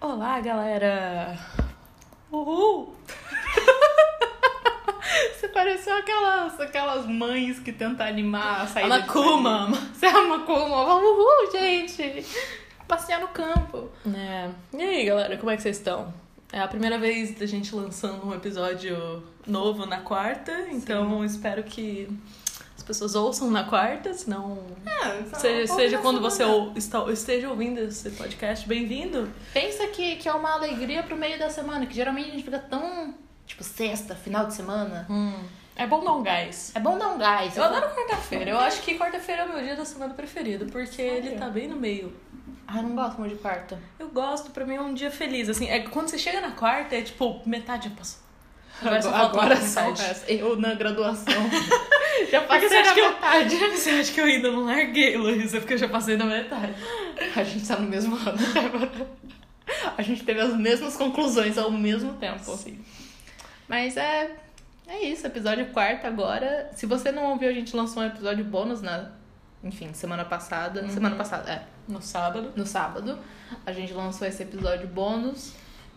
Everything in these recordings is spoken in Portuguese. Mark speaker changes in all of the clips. Speaker 1: Olá, galera! Uhul! Você pareceu aquelas, aquelas mães que tentam animar a saída de
Speaker 2: Macumba.
Speaker 1: férias. Você é a macumba! Uhul, gente! Passear no campo.
Speaker 2: É. E aí, galera, como é que vocês estão? É a primeira vez da gente lançando um episódio novo na quarta, então espero que as pessoas ouçam na quarta, senão
Speaker 1: É,
Speaker 2: seja, seja quando você ou- está, esteja ouvindo esse podcast, bem-vindo.
Speaker 1: Pensa que, que é uma alegria pro meio da semana, que geralmente a gente fica tão... Tipo, sexta, final de semana.
Speaker 2: É bom dar um gás.
Speaker 1: É bom dar um gás.
Speaker 2: Eu adoro quarta-feira. Eu acho que quarta-feira é o meu dia da semana preferido, porque ele
Speaker 1: Sério?
Speaker 2: tá bem no meio.
Speaker 1: Ah, eu não gosto muito de quarta.
Speaker 2: Eu gosto, pra mim é um dia feliz. Assim, é, quando você chega na quarta, é tipo, metade já passou.
Speaker 1: Agora,
Speaker 2: só
Speaker 1: só
Speaker 2: falta um
Speaker 1: agora
Speaker 2: uma
Speaker 1: só
Speaker 2: metade.
Speaker 1: resta. Eu na graduação. Já
Speaker 2: Porque você
Speaker 1: passei
Speaker 2: acha,
Speaker 1: na
Speaker 2: que eu,
Speaker 1: é metade.
Speaker 2: você acha que eu ainda não larguei, Luísa? Porque eu já passei da metade.
Speaker 1: A gente tá no mesmo ano, Débora. A gente teve as mesmas conclusões ao mesmo tempo.
Speaker 2: Sim.
Speaker 1: Mas é. É isso, episódio quarto agora. Se você não ouviu, a gente lançou um episódio bônus na. Enfim, semana passada.
Speaker 2: Uhum.
Speaker 1: Semana passada, é.
Speaker 2: No sábado.
Speaker 1: No sábado. A gente lançou esse episódio bônus.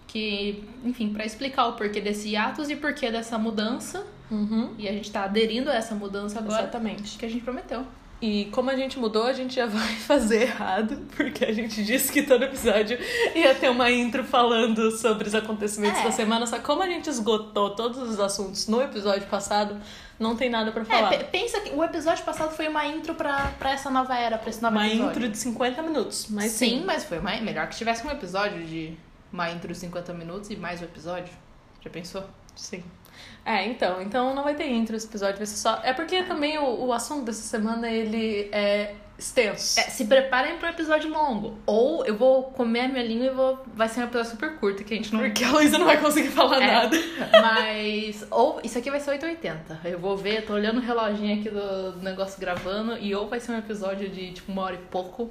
Speaker 1: Que, enfim, pra explicar o porquê desse hiatus e porquê dessa mudança.
Speaker 2: Uhum.
Speaker 1: E a gente tá aderindo a essa mudança agora.
Speaker 2: Exatamente.
Speaker 1: Que a gente prometeu.
Speaker 2: E como a gente mudou, a gente já vai fazer errado, porque a gente disse que todo episódio ia ter uma intro falando sobre os acontecimentos
Speaker 1: É.
Speaker 2: da semana, só que como a gente esgotou todos os assuntos no episódio passado, não tem nada pra falar.
Speaker 1: É, pe- pensa que o episódio passado foi uma intro pra, pra essa nova era, pra esse novo
Speaker 2: uma
Speaker 1: episódio.
Speaker 2: intro de 50 minutos, mas
Speaker 1: sim,
Speaker 2: sim.
Speaker 1: mas foi mais, melhor que tivesse um episódio de uma intro de 50 minutos e mais um episódio. Já pensou?
Speaker 2: Sim. É, então, então não vai ter intro esse episódio, vai ser só. É porque também o, o assunto dessa semana ele é extenso.
Speaker 1: É, se preparem pra um episódio longo. Ou eu vou comer a minha língua e vou... vai ser um episódio super curto, que a gente não...
Speaker 2: Porque a Luísa não vai conseguir falar
Speaker 1: É.
Speaker 2: nada.
Speaker 1: Mas... Ou... Isso aqui vai ser 880. Eu vou ver, eu tô olhando o reloginho aqui do, do negócio gravando. E ou vai ser um episódio de, tipo, uma hora e pouco.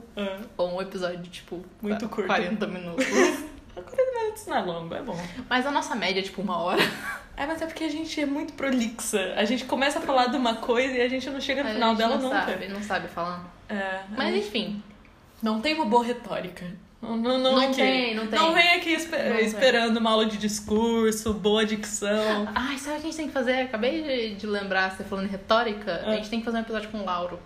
Speaker 1: Ou um episódio de, tipo...
Speaker 2: Muito curto.
Speaker 1: 40 minutos.
Speaker 2: Isso não é longo, é bom.
Speaker 1: Mas a nossa média é, tipo, uma hora.
Speaker 2: É, mas é porque a gente é muito prolixa. A gente começa a falar de uma coisa e a gente não chega no
Speaker 1: Mas a
Speaker 2: final
Speaker 1: gente
Speaker 2: dela
Speaker 1: não
Speaker 2: nunca.
Speaker 1: Sabe, não sabe falar.
Speaker 2: É,
Speaker 1: Mas enfim.
Speaker 2: não tem uma boa retórica. Não, não, não,
Speaker 1: Não
Speaker 2: aqui.
Speaker 1: tem, não tem.
Speaker 2: Não vem aqui espe-
Speaker 1: Não tem.
Speaker 2: esperando uma aula de discurso, boa dicção.
Speaker 1: Ai, sabe o que a gente tem que fazer? Acabei de, de lembrar, você falando em retórica, a
Speaker 2: Ah.
Speaker 1: gente tem que fazer um episódio com o Lauro.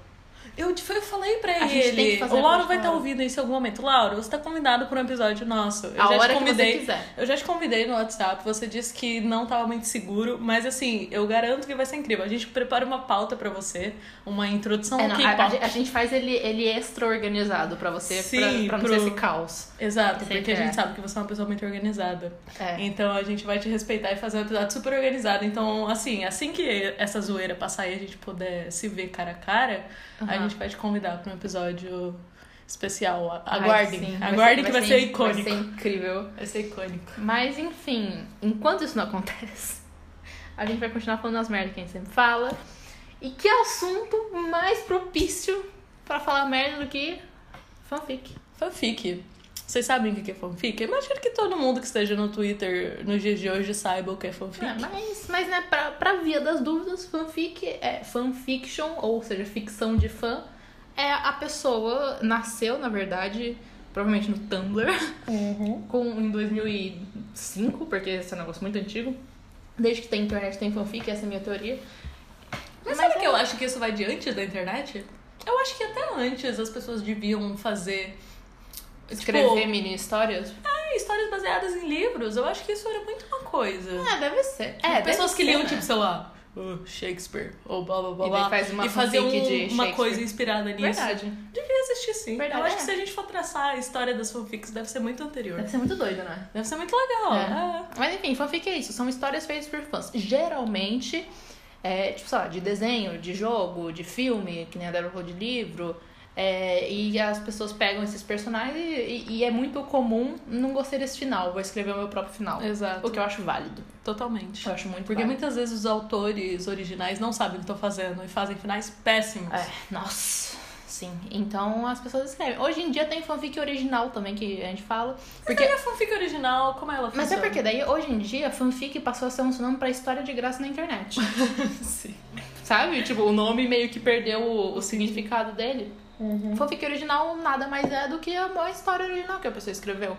Speaker 2: Eu, te- eu falei pra
Speaker 1: A gente
Speaker 2: ele.
Speaker 1: tem que fazer
Speaker 2: o Lauro
Speaker 1: episódio
Speaker 2: vai
Speaker 1: com
Speaker 2: estar
Speaker 1: ela.
Speaker 2: ouvindo isso em algum momento. Lauro, você tá convidado para um episódio nosso. Eu
Speaker 1: a
Speaker 2: já
Speaker 1: hora
Speaker 2: te
Speaker 1: que você
Speaker 2: convidei.
Speaker 1: quiser.
Speaker 2: eu já te convidei no WhatsApp, você disse que não tava muito seguro, mas assim, eu garanto que vai ser incrível. A gente prepara uma pauta pra você, uma introdução
Speaker 1: É,
Speaker 2: ao
Speaker 1: não, a, a
Speaker 2: K-pop.
Speaker 1: gente- a gente faz ele, ele extra organizado pra você,
Speaker 2: Sim,
Speaker 1: pra, pra não
Speaker 2: pro-
Speaker 1: ser esse caos.
Speaker 2: Exato,
Speaker 1: Sei
Speaker 2: porque a
Speaker 1: que
Speaker 2: gente
Speaker 1: é.
Speaker 2: sabe que você é uma pessoa muito organizada.
Speaker 1: É.
Speaker 2: Então a gente vai te respeitar e fazer um episódio super organizado. Então, assim, assim que essa zoeira passar e a gente puder se ver cara a cara, a
Speaker 1: Aham.
Speaker 2: gente vai te convidar pra um episódio especial. A-
Speaker 1: Ai,
Speaker 2: Aguardem.
Speaker 1: sim,
Speaker 2: Aguardem que vai ser, icônico.
Speaker 1: Vai ser incrível.
Speaker 2: Vai ser icônico.
Speaker 1: Mas enfim, enquanto isso não acontece, a gente vai continuar falando as merdas que a gente sempre fala. E que assunto mais propício pra falar merda do que fanfic?
Speaker 2: Fanfic. Vocês sabem o que é fanfic? Imagino que todo mundo que esteja no Twitter nos dias de hoje saiba o que é fanfic.
Speaker 1: É, mas, mas né, pra, pra via das dúvidas, fanfic é fanfiction, ou seja, ficção de fã, é a pessoa nasceu, na verdade, provavelmente no Tumblr, com, em 2005, porque esse é um negócio muito antigo. Desde que tem internet tem fanfic, essa é a minha teoria.
Speaker 2: Mas, é um sabe que eu acho que isso vai de antes da internet? Eu acho que até antes as pessoas deviam fazer.
Speaker 1: Escrever
Speaker 2: Tipo,
Speaker 1: mini histórias?
Speaker 2: ah, histórias baseadas em livros. Eu acho que isso era muito uma coisa.
Speaker 1: Ah, deve ser. É,
Speaker 2: Pessoas que
Speaker 1: deve ser,
Speaker 2: liam,
Speaker 1: né?
Speaker 2: tipo, sei lá, "Oh, Shakespeare, ou blá blá blá
Speaker 1: E daí
Speaker 2: blá.
Speaker 1: faz uma
Speaker 2: e fazer
Speaker 1: fanfic de
Speaker 2: um- uma
Speaker 1: Shakespeare.
Speaker 2: coisa inspirada nisso.
Speaker 1: É Verdade.
Speaker 2: Devia existir sim.
Speaker 1: Verdade,
Speaker 2: eu acho
Speaker 1: é.
Speaker 2: que se a gente for traçar a história das fanfics, deve ser muito anterior.
Speaker 1: Deve ser muito doido, né?
Speaker 2: Deve ser muito legal.
Speaker 1: É.
Speaker 2: é.
Speaker 1: Mas enfim, fanfic é isso. São histórias feitas por fãs. Geralmente, é, tipo, sei lá, de desenho, de jogo, de filme, que nem a Débora falou de livro. é, e as pessoas pegam esses personagens e, e- e é muito comum não gostei desse final, vou escrever o meu próprio final.
Speaker 2: Exato.
Speaker 1: O que eu acho válido.
Speaker 2: Totalmente.
Speaker 1: Eu acho muito
Speaker 2: Porque é
Speaker 1: válido.
Speaker 2: muitas vezes os autores originais não sabem o que estão fazendo e fazem finais péssimos.
Speaker 1: É, nossa. Sim. Então as pessoas escrevem. Hoje em dia tem fanfic original também que a gente fala.
Speaker 2: Porque a fanfic original, como ela
Speaker 1: Mas é
Speaker 2: funciona?
Speaker 1: porque daí, hoje em dia, fanfic passou a ser um sinônimo pra história de graça na internet.
Speaker 2: Sim.
Speaker 1: Sabe? Tipo, o nome meio que perdeu o, o significado
Speaker 2: Uhum.
Speaker 1: dele. Fanfic original nada mais é do que a maior história original que a pessoa escreveu.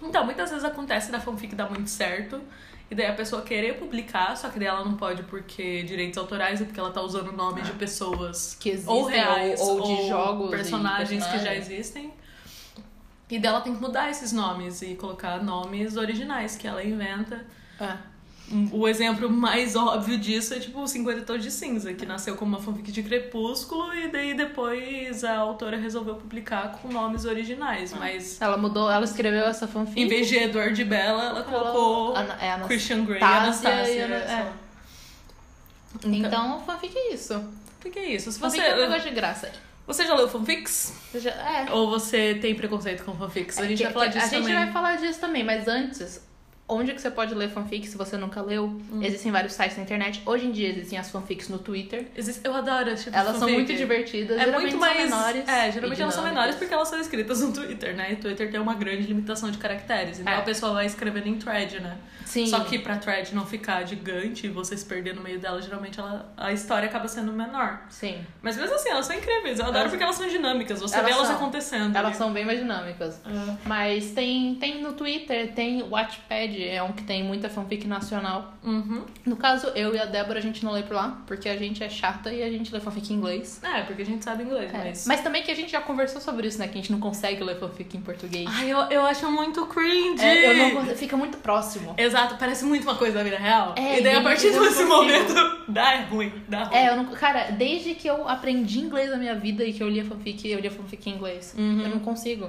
Speaker 2: Então, muitas vezes acontece da fanfic dar muito certo, e daí a pessoa querer publicar, só que daí ela não pode porque direitos autorais, é porque ela tá usando nomes de pessoas
Speaker 1: É. Que existem,
Speaker 2: ou reais
Speaker 1: ou, ou de jogos. e
Speaker 2: personagens que já
Speaker 1: personagens.
Speaker 2: existem. E dela tem que mudar esses nomes e colocar nomes originais que ela inventa.
Speaker 1: É.
Speaker 2: Um- O exemplo mais óbvio disso é tipo o 50 Tons de Cinza, que nasceu como uma fanfic de Crepúsculo e daí depois a autora resolveu publicar com nomes originais,
Speaker 1: Ah.
Speaker 2: mas
Speaker 1: Ela mudou, ela escreveu essa fanfic.
Speaker 2: em vez de Edward e Bella, ela colocou
Speaker 1: Ana- é, Ana-
Speaker 2: Christian Grey e
Speaker 1: Anastasia É.
Speaker 2: Anastasia. é.
Speaker 1: e Ana-
Speaker 2: sei lá. Então,
Speaker 1: Então, fanfic é isso.
Speaker 2: o que é isso? Se
Speaker 1: Fanfic
Speaker 2: você,
Speaker 1: é um negócio de graça.
Speaker 2: você já leu fanfics?
Speaker 1: Você já- É.
Speaker 2: Ou você tem preconceito com fanfics? A gente
Speaker 1: Que-
Speaker 2: vai falar
Speaker 1: É que-
Speaker 2: disso
Speaker 1: a gente
Speaker 2: também.
Speaker 1: vai falar disso também, mas antes, onde que você pode ler fanfic se você nunca leu?
Speaker 2: Hum.
Speaker 1: Existem vários sites na internet. Hoje em dia existem as fanfics no Twitter.
Speaker 2: Existe- Eu adoro esse tipo de
Speaker 1: Elas são
Speaker 2: fanfic.
Speaker 1: muito divertidas,
Speaker 2: É
Speaker 1: geralmente
Speaker 2: muito mais.
Speaker 1: são menores.
Speaker 2: é,
Speaker 1: e
Speaker 2: geralmente elas são
Speaker 1: dinâmicas.
Speaker 2: menores porque elas são escritas no Twitter, né? E Twitter tem uma grande limitação de caracteres. Então
Speaker 1: É.
Speaker 2: a pessoa vai escrevendo em thread, né?
Speaker 1: Sim.
Speaker 2: Só que pra thread não ficar gigante e você se perder no meio dela, geralmente ela- a história acaba sendo menor.
Speaker 1: Sim.
Speaker 2: Mas mesmo assim, elas são incríveis. Eu adoro
Speaker 1: Elas-
Speaker 2: porque elas são dinâmicas. Você
Speaker 1: Elas
Speaker 2: vê elas
Speaker 1: são.
Speaker 2: acontecendo.
Speaker 1: Elas
Speaker 2: ali.
Speaker 1: são bem mais dinâmicas.
Speaker 2: Ah.
Speaker 1: Mas tem, tem no Twitter, tem o Wattpad, é um que tem muita fanfic nacional.
Speaker 2: Uhum.
Speaker 1: No caso, eu e a Débora, a gente não lê por lá, porque a gente é chata e a gente lê fanfic em inglês.
Speaker 2: É, porque a gente sabe inglês,
Speaker 1: É.
Speaker 2: mas.
Speaker 1: Mas também que a gente já conversou sobre isso, né? Que a gente não consegue ler fanfic em português.
Speaker 2: Ai, eu, eu acho muito cringe.
Speaker 1: É, eu não consigo- fica muito próximo.
Speaker 2: Exato, parece muito uma coisa da vida real.
Speaker 1: É,
Speaker 2: e daí
Speaker 1: eu
Speaker 2: a partir
Speaker 1: não- eu não
Speaker 2: desse
Speaker 1: consigo.
Speaker 2: momento, dá é ruim, dá ruim.
Speaker 1: É, eu não, cara, desde que eu aprendi inglês na minha vida e que eu lia fanfic, eu lia fanfic em inglês.
Speaker 2: Uhum.
Speaker 1: Eu não consigo.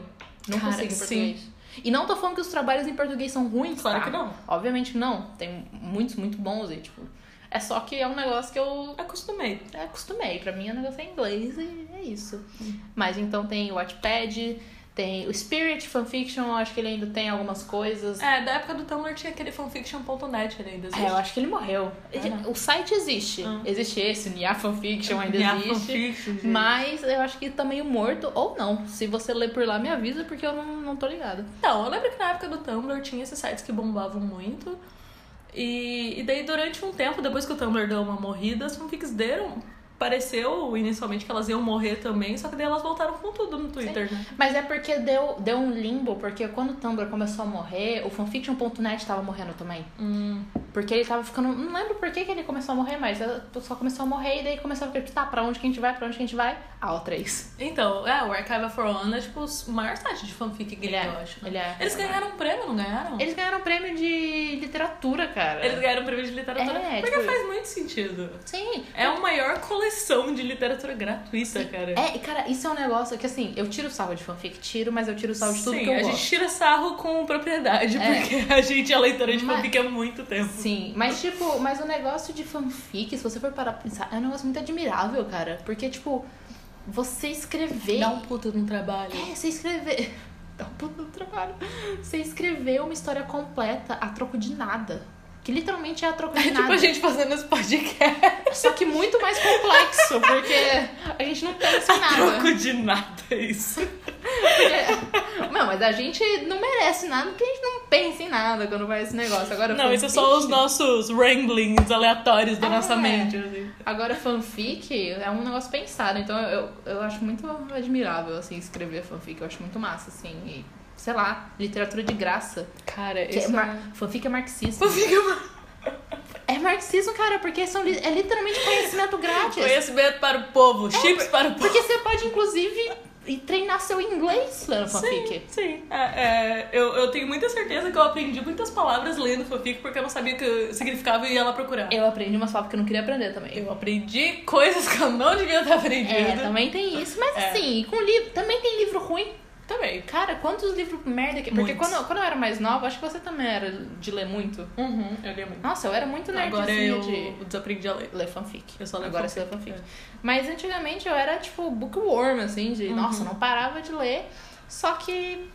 Speaker 1: Não
Speaker 2: Cara,
Speaker 1: consigo em
Speaker 2: sim.
Speaker 1: português. E não tô falando que os trabalhos em português são ruins,
Speaker 2: Claro
Speaker 1: tá?
Speaker 2: que não.
Speaker 1: Obviamente que não. Tem muitos muito bons e, tipo... É só que é um negócio que eu
Speaker 2: Acostumei.
Speaker 1: acostumei. Pra mim, o negócio é inglês e é isso.
Speaker 2: Hum.
Speaker 1: Mas então tem o Wattpad, tem o Spirit Fanfiction, eu acho que ele ainda tem algumas coisas.
Speaker 2: É, da época do Tumblr tinha aquele fanfiction.net ali ainda. existe.
Speaker 1: É, eu acho que ele morreu.
Speaker 2: Ah, não.
Speaker 1: O site existe.
Speaker 2: Ah.
Speaker 1: Existe esse, o Nia Fanfiction ainda
Speaker 2: Minha
Speaker 1: existe.
Speaker 2: fanfiction, gente.
Speaker 1: Mas eu acho que tá meio morto, ou não. Se você ler por lá, me avisa, porque eu não, não tô ligada.
Speaker 2: Então, eu lembro que na época do Tumblr tinha esses sites que bombavam muito. E, e daí, durante um tempo, depois que o Tumblr deu uma morrida, as fanfics deram. Pareceu inicialmente que elas iam morrer também, só que daí elas voltaram com tudo no Twitter, né?
Speaker 1: Mas é porque deu, deu um limbo, porque quando o Tumblr começou a morrer, o fanfiction.net tava morrendo também.
Speaker 2: Hum.
Speaker 1: Porque ele tava ficando. Não lembro por que, que ele começou a morrer, mas eu- só começou a morrer e daí começou a ficar, tá, pra onde que a gente vai, pra onde que a gente vai? Ah, o 3.
Speaker 2: Então, é, o Archive for One é tipo o maior site de fanfic gay,
Speaker 1: Ele é,
Speaker 2: eu acho. né?
Speaker 1: ele é.
Speaker 2: Eles ganharam um prêmio, não ganharam?
Speaker 1: Eles ganharam prêmio de literatura, cara.
Speaker 2: Eles ganharam um prêmio de literatura.
Speaker 1: É,
Speaker 2: porque
Speaker 1: tipo-
Speaker 2: faz muito sentido.
Speaker 1: Sim.
Speaker 2: É a maior coleção de literatura gratuita, cara.
Speaker 1: É, e cara, isso é um negócio que assim, eu tiro sarro de fanfic, tiro, mas eu tiro sarro de tudo
Speaker 2: Sim,
Speaker 1: que eu
Speaker 2: a
Speaker 1: gosto.
Speaker 2: gente tira sarro com propriedade,
Speaker 1: É.
Speaker 2: porque a gente é leitora de
Speaker 1: Mas-
Speaker 2: fanfic há muito tempo.
Speaker 1: Sim, mas tipo, mas o negócio de fanfic, se você for parar pra pensar, é um negócio muito admirável, cara. Porque, tipo, você escrever.
Speaker 2: Dá um puto num trabalho.
Speaker 1: É, você escrever. Dá um puto trabalho. Você escrever uma história completa a troco de nada. Que literalmente é a troco de
Speaker 2: Tipo
Speaker 1: nada.
Speaker 2: a gente fazendo esse podcast.
Speaker 1: Só que muito mais complexo, porque a gente não pensa em nada.
Speaker 2: Troco de nada, é isso.
Speaker 1: Porque... Não, mas a gente não merece nada, porque a gente não pensa em nada quando vai esse negócio. Agora,
Speaker 2: Não, isso é só
Speaker 1: fanfic-
Speaker 2: os nossos ramblings aleatórios da
Speaker 1: É.
Speaker 2: nossa mente. assim.
Speaker 1: Agora, fanfic é um negócio pensado, então eu, eu acho muito admirável, assim, escrever fanfic. Eu acho muito massa, assim, e, sei lá, literatura de graça.
Speaker 2: Cara,
Speaker 1: Que é
Speaker 2: isso
Speaker 1: mar-
Speaker 2: é...
Speaker 1: Fanfic é marxismo.
Speaker 2: Fanfic é uma-
Speaker 1: É marxismo, cara, porque são, li- é literalmente conhecimento grátis.
Speaker 2: Conhecimento para o povo,
Speaker 1: É
Speaker 2: chips para o povo.
Speaker 1: Porque você pode, inclusive, e- treinar seu inglês lendo fanfic.
Speaker 2: Sim, sim. É, é, eu, eu tenho muita certeza que eu aprendi muitas palavras lendo fanfic porque eu não sabia o que significava e ia lá procurar.
Speaker 1: Eu aprendi umas palavras que eu não queria aprender também.
Speaker 2: Eu aprendi coisas que eu não devia ter aprendido.
Speaker 1: É, também tem isso, mas
Speaker 2: É.
Speaker 1: assim, com livro, também tem livro ruim.
Speaker 2: Também.
Speaker 1: Cara, quantos livros merda que. Porque
Speaker 2: Muitos.
Speaker 1: quando, quando eu era mais nova, acho que você também era de ler muito.
Speaker 2: Uhum, eu li muito.
Speaker 1: Nossa, eu era muito nerdzinha
Speaker 2: Agora eu
Speaker 1: de
Speaker 2: desaprendi a ler.
Speaker 1: ler fanfic.
Speaker 2: Eu só leio
Speaker 1: Agora
Speaker 2: fanfic. é.
Speaker 1: você lê fanfic. Mas antigamente eu era tipo bookworm, assim,
Speaker 2: Uhum.
Speaker 1: de nossa, não parava de ler. Só que.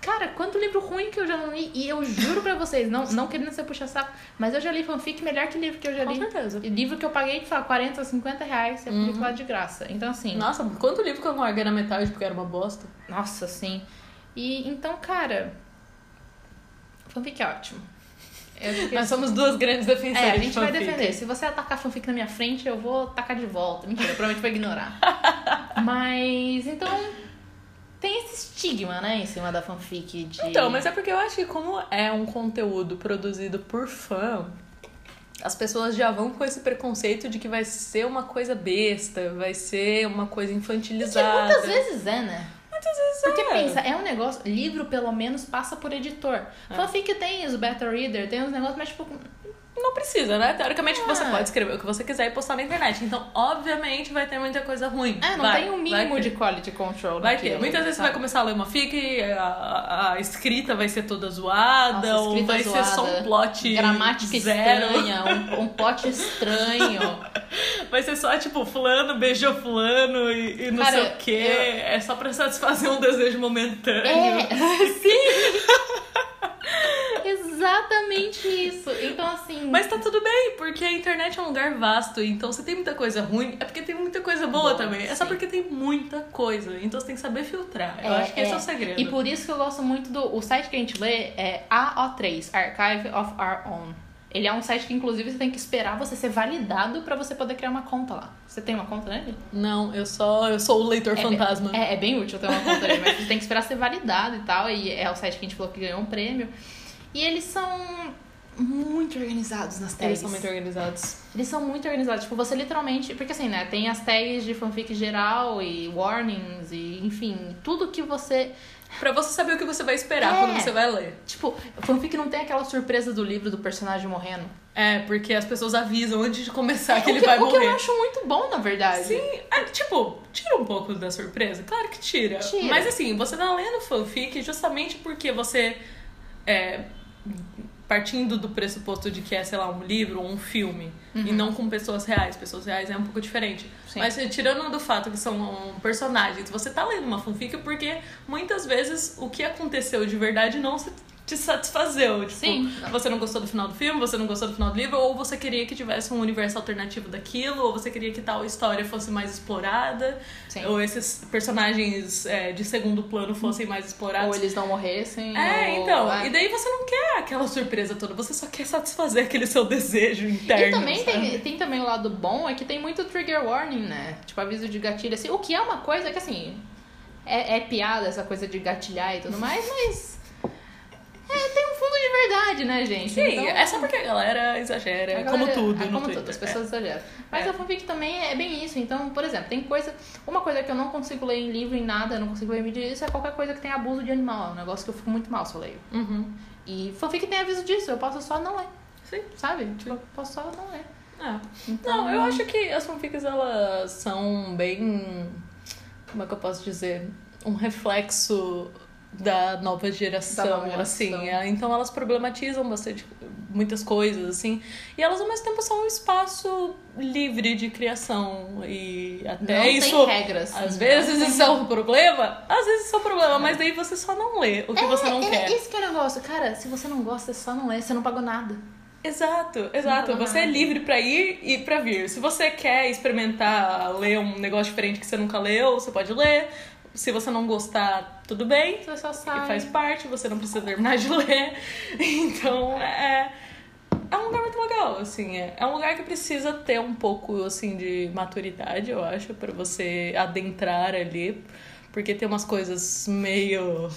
Speaker 1: Cara, quanto livro ruim que eu já não li. E eu juro pra vocês, não, não querendo ser puxa saco, mas eu já li fanfic melhor que livro que eu já
Speaker 2: Com
Speaker 1: li.
Speaker 2: certeza.
Speaker 1: E Livro que eu paguei, tipo, sei lá, 40 ou 50 reais, eu uhum. lá de graça. Então, assim.
Speaker 2: Nossa, quanto livro que eu não larguei na metade porque era uma bosta.
Speaker 1: Nossa, sim. E então, cara. Fanfic é ótimo. Eu acho que-
Speaker 2: Nós somos duas grandes defensoras
Speaker 1: É, a gente
Speaker 2: de
Speaker 1: vai
Speaker 2: fanfic.
Speaker 1: defender. Se você atacar fanfic na minha frente, eu vou atacar de volta. Mentira, eu provavelmente vou ignorar. Mas, então, tem esses esse estigma, né, em cima da fanfic de.
Speaker 2: Então, mas é porque eu acho que como é um conteúdo produzido por fã, as pessoas já vão com esse preconceito de que vai ser uma coisa besta, vai ser uma coisa
Speaker 1: Que
Speaker 2: infantilizada.
Speaker 1: muitas vezes é, né?
Speaker 2: Muitas vezes
Speaker 1: Porque
Speaker 2: é.
Speaker 1: pensa, é um negócio. Livro, pelo menos, passa por editor.
Speaker 2: Ah.
Speaker 1: Fanfic tem os beta reader, tem os negócios, mas tipo.
Speaker 2: Não precisa, né? Teoricamente
Speaker 1: É.
Speaker 2: você pode escrever o que você quiser e postar na internet. Então, obviamente, vai ter muita coisa ruim.
Speaker 1: É, não
Speaker 2: Vai,
Speaker 1: tem um
Speaker 2: vai
Speaker 1: mínimo
Speaker 2: ter.
Speaker 1: de quality control.
Speaker 2: Vai
Speaker 1: naquilo,
Speaker 2: ter. Muitas vezes você
Speaker 1: sabe?
Speaker 2: vai começar a ler uma fic, a, a- a escrita vai ser toda zoada,
Speaker 1: Nossa,
Speaker 2: ou
Speaker 1: escrita
Speaker 2: vai
Speaker 1: zoada,
Speaker 2: ser só um plot
Speaker 1: Gramática
Speaker 2: zero.
Speaker 1: estranha, um, um pote estranho.
Speaker 2: Vai ser só, tipo, fulano beijou fulano e, e não
Speaker 1: Cara,
Speaker 2: sei o quê.
Speaker 1: eu-
Speaker 2: É só pra satisfazer um desejo momentâneo.
Speaker 1: é, sim! Exatamente isso. Então, assim.
Speaker 2: Mas tá tudo bem, porque a internet é um lugar vasto, então se tem muita coisa ruim, é porque tem muita coisa boa
Speaker 1: Boa,
Speaker 2: também. É só
Speaker 1: sim.
Speaker 2: porque tem muita coisa, então você tem que saber filtrar. Eu
Speaker 1: É,
Speaker 2: acho que esse é o
Speaker 1: é.
Speaker 2: segredo.
Speaker 1: E por isso que eu gosto muito do. O site que a gente lê é AO3, Archive of Our Own. Ele é um site que, inclusive, você tem que esperar você ser validado pra você poder criar uma conta lá. Você tem uma conta nele?
Speaker 2: Não, eu só eu sou o leitor
Speaker 1: É,
Speaker 2: fantasma.
Speaker 1: É, é bem útil ter uma conta ali, mas você tem que esperar ser validado e tal. E é o site que a gente falou que ganhou um prêmio. E eles são muito organizados nas tags.
Speaker 2: Eles são muito organizados.
Speaker 1: Eles são muito organizados. Tipo, você literalmente. Porque assim, né? Tem as tags de fanfic geral e warnings e enfim, tudo que você.
Speaker 2: Pra você saber o que você vai esperar
Speaker 1: É.
Speaker 2: quando você vai ler.
Speaker 1: Tipo, fanfic não tem aquela surpresa do livro do personagem morrendo.
Speaker 2: É, porque as pessoas avisam antes de começar que
Speaker 1: É, o
Speaker 2: ele
Speaker 1: que,
Speaker 2: vai
Speaker 1: o que
Speaker 2: morrer.
Speaker 1: eu acho muito bom, na verdade.
Speaker 2: Sim, é, tipo, tira um pouco da surpresa. Claro que tira.
Speaker 1: Tira.
Speaker 2: Mas assim, você tá lendo fanfic justamente porque você. é, partindo do pressuposto de que é, sei lá, um livro ou um filme.
Speaker 1: Uhum.
Speaker 2: E não com pessoas reais. Pessoas reais é um pouco diferente.
Speaker 1: Sim.
Speaker 2: Mas eh, tirando do fato que são personagens, você tá lendo uma fanfic porque muitas vezes o que aconteceu de verdade não se te satisfazeu. Tipo,
Speaker 1: Sim.
Speaker 2: você não gostou do final do filme, você não gostou do final do livro, ou você queria que tivesse um universo alternativo daquilo, ou você queria que tal história fosse mais explorada,
Speaker 1: Sim.
Speaker 2: ou esses personagens eh, de segundo plano fossem mais
Speaker 1: Ou
Speaker 2: explorados.
Speaker 1: eles não morressem.
Speaker 2: É,
Speaker 1: ou-
Speaker 2: então.
Speaker 1: é.
Speaker 2: E daí você não quer aquela surpresa toda, você só quer satisfazer aquele seu desejo interno.
Speaker 1: E também
Speaker 2: sabe?
Speaker 1: tem, tem também o lado bom, é que tem muito trigger warning, né? Tipo, aviso de gatilho, assim. O que é uma coisa que, assim, é, é piada essa coisa de gatilhar e tudo mais, mas... É, tem um fundo de verdade, né, gente?
Speaker 2: Sim, é só porque a galera exagera,
Speaker 1: a
Speaker 2: como
Speaker 1: galera-
Speaker 2: tudo
Speaker 1: é,
Speaker 2: no
Speaker 1: como
Speaker 2: Twitter.
Speaker 1: tudo, as pessoas exageram. Mas
Speaker 2: É.
Speaker 1: a fanfic também é bem isso. Então, por exemplo, tem coisa... Uma coisa que eu não consigo ler em livro, em nada, eu não consigo ler em mídia, isso é qualquer coisa que tem abuso de animal. É um negócio que eu fico muito mal se eu leio.
Speaker 2: É. Uhum.
Speaker 1: E fanfic tem aviso disso, eu posso só não ler,
Speaker 2: Sim.
Speaker 1: sabe? Tipo, eu posso só não ler.
Speaker 2: Ah.
Speaker 1: Então-
Speaker 2: Não, eu acho que as fanfics, elas são bem... Como é que eu posso dizer? Um reflexo da nova geração,
Speaker 1: Da nova
Speaker 2: assim.
Speaker 1: geração.
Speaker 2: É, Então elas problematizam bastante muitas coisas, assim. E elas, ao mesmo tempo, são um espaço livre de criação. E até
Speaker 1: não
Speaker 2: É isso...
Speaker 1: tem né? regras.
Speaker 2: Às vezes isso é um problema, às vezes isso é um problema, mas daí você só não lê o que você não
Speaker 1: é,
Speaker 2: quer.
Speaker 1: Esse que é o negócio. Cara, se você não gosta, é só não lê. Você não pagou nada.
Speaker 2: Exato, exato.
Speaker 1: Não, não.
Speaker 2: Você é livre pra ir e pra vir. Se você quer experimentar ler um negócio diferente que você nunca leu, você pode ler. Se você não gostar, tudo bem.
Speaker 1: Você só sabe.
Speaker 2: E É, faz parte, você não precisa terminar de ler. Então, é é um lugar muito legal, assim, é, é um lugar que precisa ter um pouco assim de maturidade, eu acho, pra você adentrar ali, porque tem umas coisas meio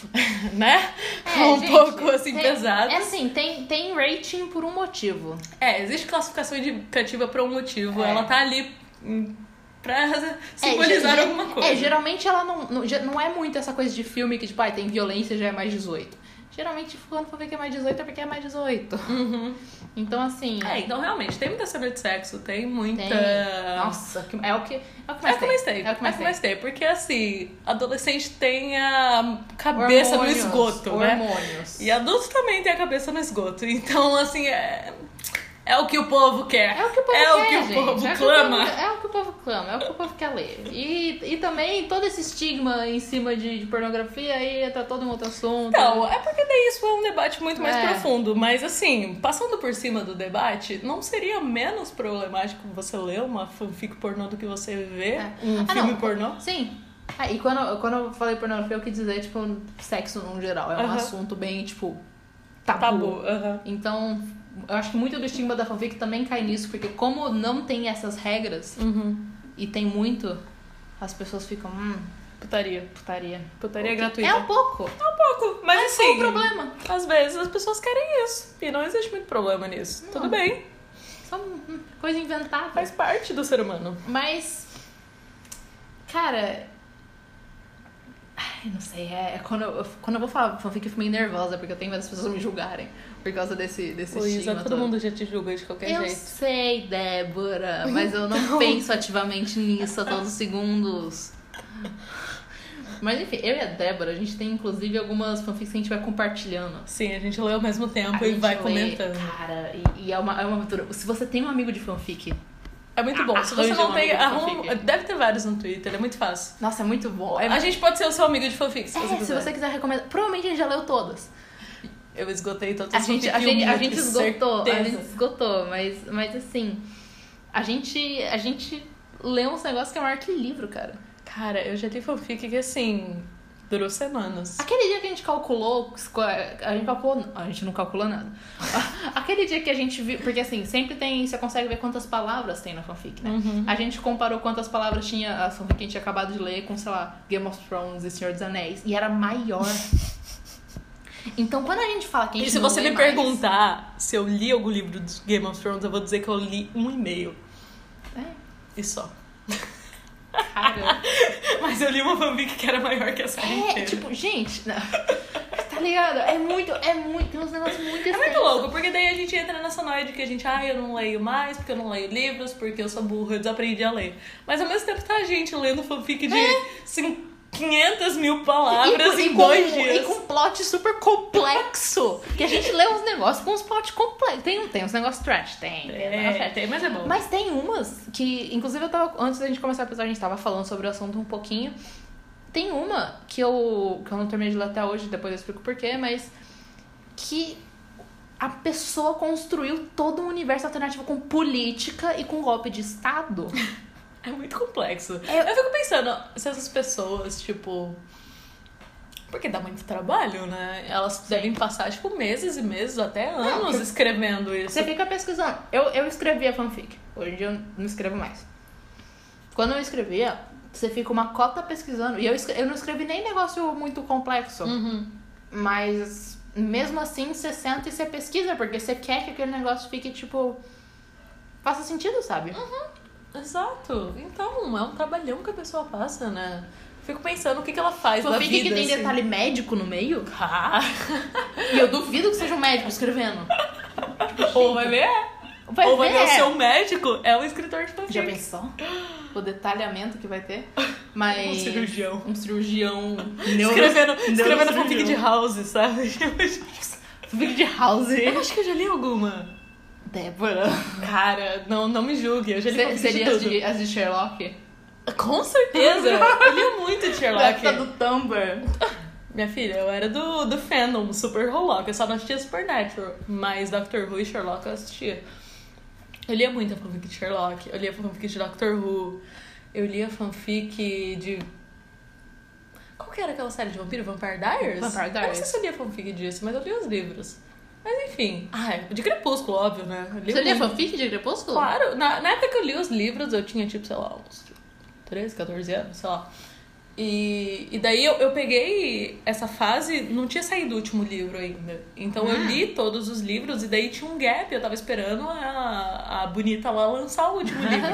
Speaker 2: né?
Speaker 1: É,
Speaker 2: um
Speaker 1: gente,
Speaker 2: pouco assim
Speaker 1: tem-
Speaker 2: pesadas.
Speaker 1: É assim, tem, tem rating por um motivo.
Speaker 2: É, existe classificação indicativa pra um motivo.
Speaker 1: É.
Speaker 2: Ela tá ali hum, pra
Speaker 1: é,
Speaker 2: simbolizar
Speaker 1: ge-
Speaker 2: alguma coisa.
Speaker 1: É, geralmente ela não, não, ge- não é muito essa coisa de filme que, tipo, ah, tem violência já é mais 18. Geralmente, quando for ver que é mais 18 é porque é mais 18.
Speaker 2: Uhum.
Speaker 1: Então, assim.
Speaker 2: É, então realmente, tem muita cena de sexo, tem muita.
Speaker 1: tem. Nossa, que- é o que. É o que
Speaker 2: É
Speaker 1: mais
Speaker 2: o que mais
Speaker 1: tem.
Speaker 2: tem, é o que mais tem. Porque assim, adolescente tem a
Speaker 1: Hormônios,
Speaker 2: cabeça no esgoto, né?
Speaker 1: Hormônios.
Speaker 2: E adulto também tem a cabeça no esgoto. Então, assim, é, é o que o povo quer.
Speaker 1: É o que o povo
Speaker 2: É o
Speaker 1: quer,
Speaker 2: que o
Speaker 1: gente.
Speaker 2: povo
Speaker 1: é o que o
Speaker 2: clama.
Speaker 1: povo- é o que o povo clama, é o que o povo quer ler. E, e também todo esse estigma em cima de, de pornografia aí entra todo um outro assunto.
Speaker 2: Então, é porque daí isso é um debate muito mais
Speaker 1: É.
Speaker 2: profundo. Mas assim, passando por cima do debate, não seria menos problemático você ler uma fanfic pornô do que você ver
Speaker 1: É.
Speaker 2: um
Speaker 1: Ah,
Speaker 2: filme
Speaker 1: não.
Speaker 2: pornô?
Speaker 1: Sim. Ah, e quando, quando eu falei pornografia, eu quis dizer, tipo, sexo no geral. É um
Speaker 2: Aham.
Speaker 1: assunto bem, tipo, tabu.
Speaker 2: Tabu. aham.
Speaker 1: Então, eu acho que muito do estigma da fanfic também cai nisso, porque como não tem essas regras,
Speaker 2: Uhum.
Speaker 1: e tem muito, as pessoas ficam, hum, Putaria. Putaria.
Speaker 2: Putaria
Speaker 1: Ok.
Speaker 2: gratuita.
Speaker 1: É um pouco.
Speaker 2: É um pouco, mas
Speaker 1: Mas qual
Speaker 2: assim.
Speaker 1: o problema?
Speaker 2: Às vezes as pessoas querem isso. E não existe muito problema nisso.
Speaker 1: Não.
Speaker 2: Tudo bem,
Speaker 1: Só hum, coisa inventada.
Speaker 2: faz parte do ser humano.
Speaker 1: Mas. Cara. Ai, não sei. É, é quando, eu, quando eu vou falar fanfic, eu fico meio nervosa, porque eu tenho medo das pessoas me julgarem por causa desse, desse
Speaker 2: Luísa,
Speaker 1: estigma
Speaker 2: é, todo
Speaker 1: todo.
Speaker 2: mundo já te julga de qualquer
Speaker 1: Eu
Speaker 2: jeito.
Speaker 1: sei, Débora, mas eu não
Speaker 2: Então.
Speaker 1: penso ativamente nisso a todos os segundos. Mas enfim, eu e a Débora, a gente tem inclusive algumas fanfics que a gente vai compartilhando.
Speaker 2: Sim, a gente lê ao mesmo tempo
Speaker 1: A
Speaker 2: e
Speaker 1: gente
Speaker 2: vai
Speaker 1: lê,
Speaker 2: comentando.
Speaker 1: Cara, e, e é, uma, é uma aventura. Se você tem um amigo de fanfic,
Speaker 2: É muito bom. Se você
Speaker 1: Arranja
Speaker 2: não
Speaker 1: um
Speaker 2: tem.
Speaker 1: amigo de
Speaker 2: arruma-
Speaker 1: fanfic.
Speaker 2: Deve ter vários no Twitter, é muito fácil.
Speaker 1: nossa, é muito bom. É,
Speaker 2: A gente pode ser o seu amigo de fanfic, se
Speaker 1: é,
Speaker 2: você
Speaker 1: se
Speaker 2: quiser.
Speaker 1: você quiser recomendar. Provavelmente a gente já leu todas.
Speaker 2: Eu esgotei todas
Speaker 1: A
Speaker 2: as
Speaker 1: gente, a
Speaker 2: fanfic em
Speaker 1: gente,
Speaker 2: um
Speaker 1: a
Speaker 2: minuto,
Speaker 1: gente esgotou, a
Speaker 2: certeza.
Speaker 1: gente esgotou, mas, mas assim, a gente, a gente lê uns negócios que é maior que livro, cara.
Speaker 2: Cara, eu já li fanfic que assim. Durou semanas.
Speaker 1: Aquele dia que a gente calculou, a gente calculou, não, a gente não calculou nada. Aquele dia que a gente viu, porque assim, sempre tem, você consegue ver quantas palavras tem na fanfic, né?
Speaker 2: Uhum.
Speaker 1: A gente comparou quantas palavras tinha a fanfic que a gente tinha acabado de ler com, sei lá, Game of Thrones e Senhor dos Anéis, e era maior. Então, quando a gente fala que a gente
Speaker 2: E se
Speaker 1: não
Speaker 2: você
Speaker 1: lê
Speaker 2: me
Speaker 1: mais-
Speaker 2: perguntar se eu li algum livro do Game of Thrones, eu vou dizer que eu li um e-mail.
Speaker 1: É,
Speaker 2: E só.
Speaker 1: cara.
Speaker 2: Mas eu li uma fanfic que era maior que essa
Speaker 1: É,
Speaker 2: inteira.
Speaker 1: tipo, gente, não. tá ligado? É muito, é muito, tem uns negócios muito
Speaker 2: É muito louco, porque daí a gente entra nessa noia de que a gente, ah, eu não leio mais, porque eu não leio livros, porque eu sou burra, eu desaprendi a ler. Mas ao mesmo tempo tá a gente lendo fanfic de cin- 500 mil palavras
Speaker 1: É. e,
Speaker 2: em
Speaker 1: com-
Speaker 2: assim, dois
Speaker 1: e com,
Speaker 2: dias.
Speaker 1: E com um plot super complexo. que a gente lê uns negócios com uns plot complexos. Tem, tem uns negócios trash, tem. né? tem uns negócios
Speaker 2: É,
Speaker 1: trash.
Speaker 2: tem, mas é bom.
Speaker 1: Mas tem umas que, inclusive, eu tava. Antes da gente começar o episódio, a gente tava falando sobre o assunto um pouquinho. Tem uma que eu, que eu não terminei de ler até hoje, depois eu explico porquê, mas. Que a pessoa construiu todo um universo alternativo com política e com golpe de Estado.
Speaker 2: É muito complexo.
Speaker 1: É-
Speaker 2: Eu fico pensando se essas pessoas, tipo. Porque dá muito trabalho, né? Elas devem passar, tipo, meses e meses, até anos
Speaker 1: porque-
Speaker 2: escrevendo isso.
Speaker 1: Você fica pesquisando. Eu, eu escrevia fanfic. Hoje em dia eu não escrevo mais. Quando eu escrevia, você fica uma cota pesquisando. E eu, escre- eu não escrevi nem negócio muito complexo.
Speaker 2: Uhum.
Speaker 1: Mas mesmo assim, você senta e você pesquisa, porque você quer que aquele negócio fique tipo. Faça sentido, sabe?
Speaker 2: Hum, Exato. Então, é um trabalhão que a pessoa passa, né? Fico pensando o que, que ela faz da
Speaker 1: Fanfic
Speaker 2: vida.
Speaker 1: Tipo, que tem
Speaker 2: assim.
Speaker 1: detalhe médico no meio.
Speaker 2: Ah,
Speaker 1: E eu duvido que seja um médico escrevendo.
Speaker 2: ou vai ver,
Speaker 1: Vai
Speaker 2: ou vai ver
Speaker 1: ver.
Speaker 2: o seu médico, é um escritor de fanfic.
Speaker 1: Já pensou? O detalhamento que vai ter. Mas.
Speaker 2: Um cirurgião.
Speaker 1: Um cirurgião.
Speaker 2: Escrevendo, escrevendo
Speaker 1: neurocirurgião.
Speaker 2: fanfic de house, sabe?
Speaker 1: Fanfic de house.
Speaker 2: Eu acho que eu já li alguma.
Speaker 1: Débora.
Speaker 2: Cara, não, não me julgue, eu já li
Speaker 1: Se-
Speaker 2: fanfic de
Speaker 1: seria as
Speaker 2: tudo.
Speaker 1: de, as de Sherlock?
Speaker 2: Com certeza! Eu lia muito de
Speaker 1: Da época
Speaker 2: Sherlock.
Speaker 1: do Tumblr.
Speaker 2: Minha filha, eu era do, do fandom Super Sherlock. Eu só não assistia Supernatural, mas Doctor Who e Sherlock eu assistia. Eu lia muita fanfic de Sherlock, eu lia fanfic de Doctor Who, eu lia fanfic de. Qual que era aquela série de vampiro? Vampire Diaries?
Speaker 1: Vampire
Speaker 2: Eu não
Speaker 1: Diaries.
Speaker 2: sei se eu lia fanfic disso, mas eu li os livros. Mas enfim. Ah, é, de Crepúsculo, óbvio, né? Eu li
Speaker 1: Você lia
Speaker 2: muito.
Speaker 1: fanfic de Crepúsculo?
Speaker 2: Claro, na, na época que eu li os livros, eu tinha, tipo, sei lá, uns 13, 14 anos, sei lá. E, e daí eu, eu peguei essa fase, não tinha saído o último livro ainda. Então eu li todos os livros e daí tinha um gap, eu tava esperando a, a bonita lá lançar o último livro.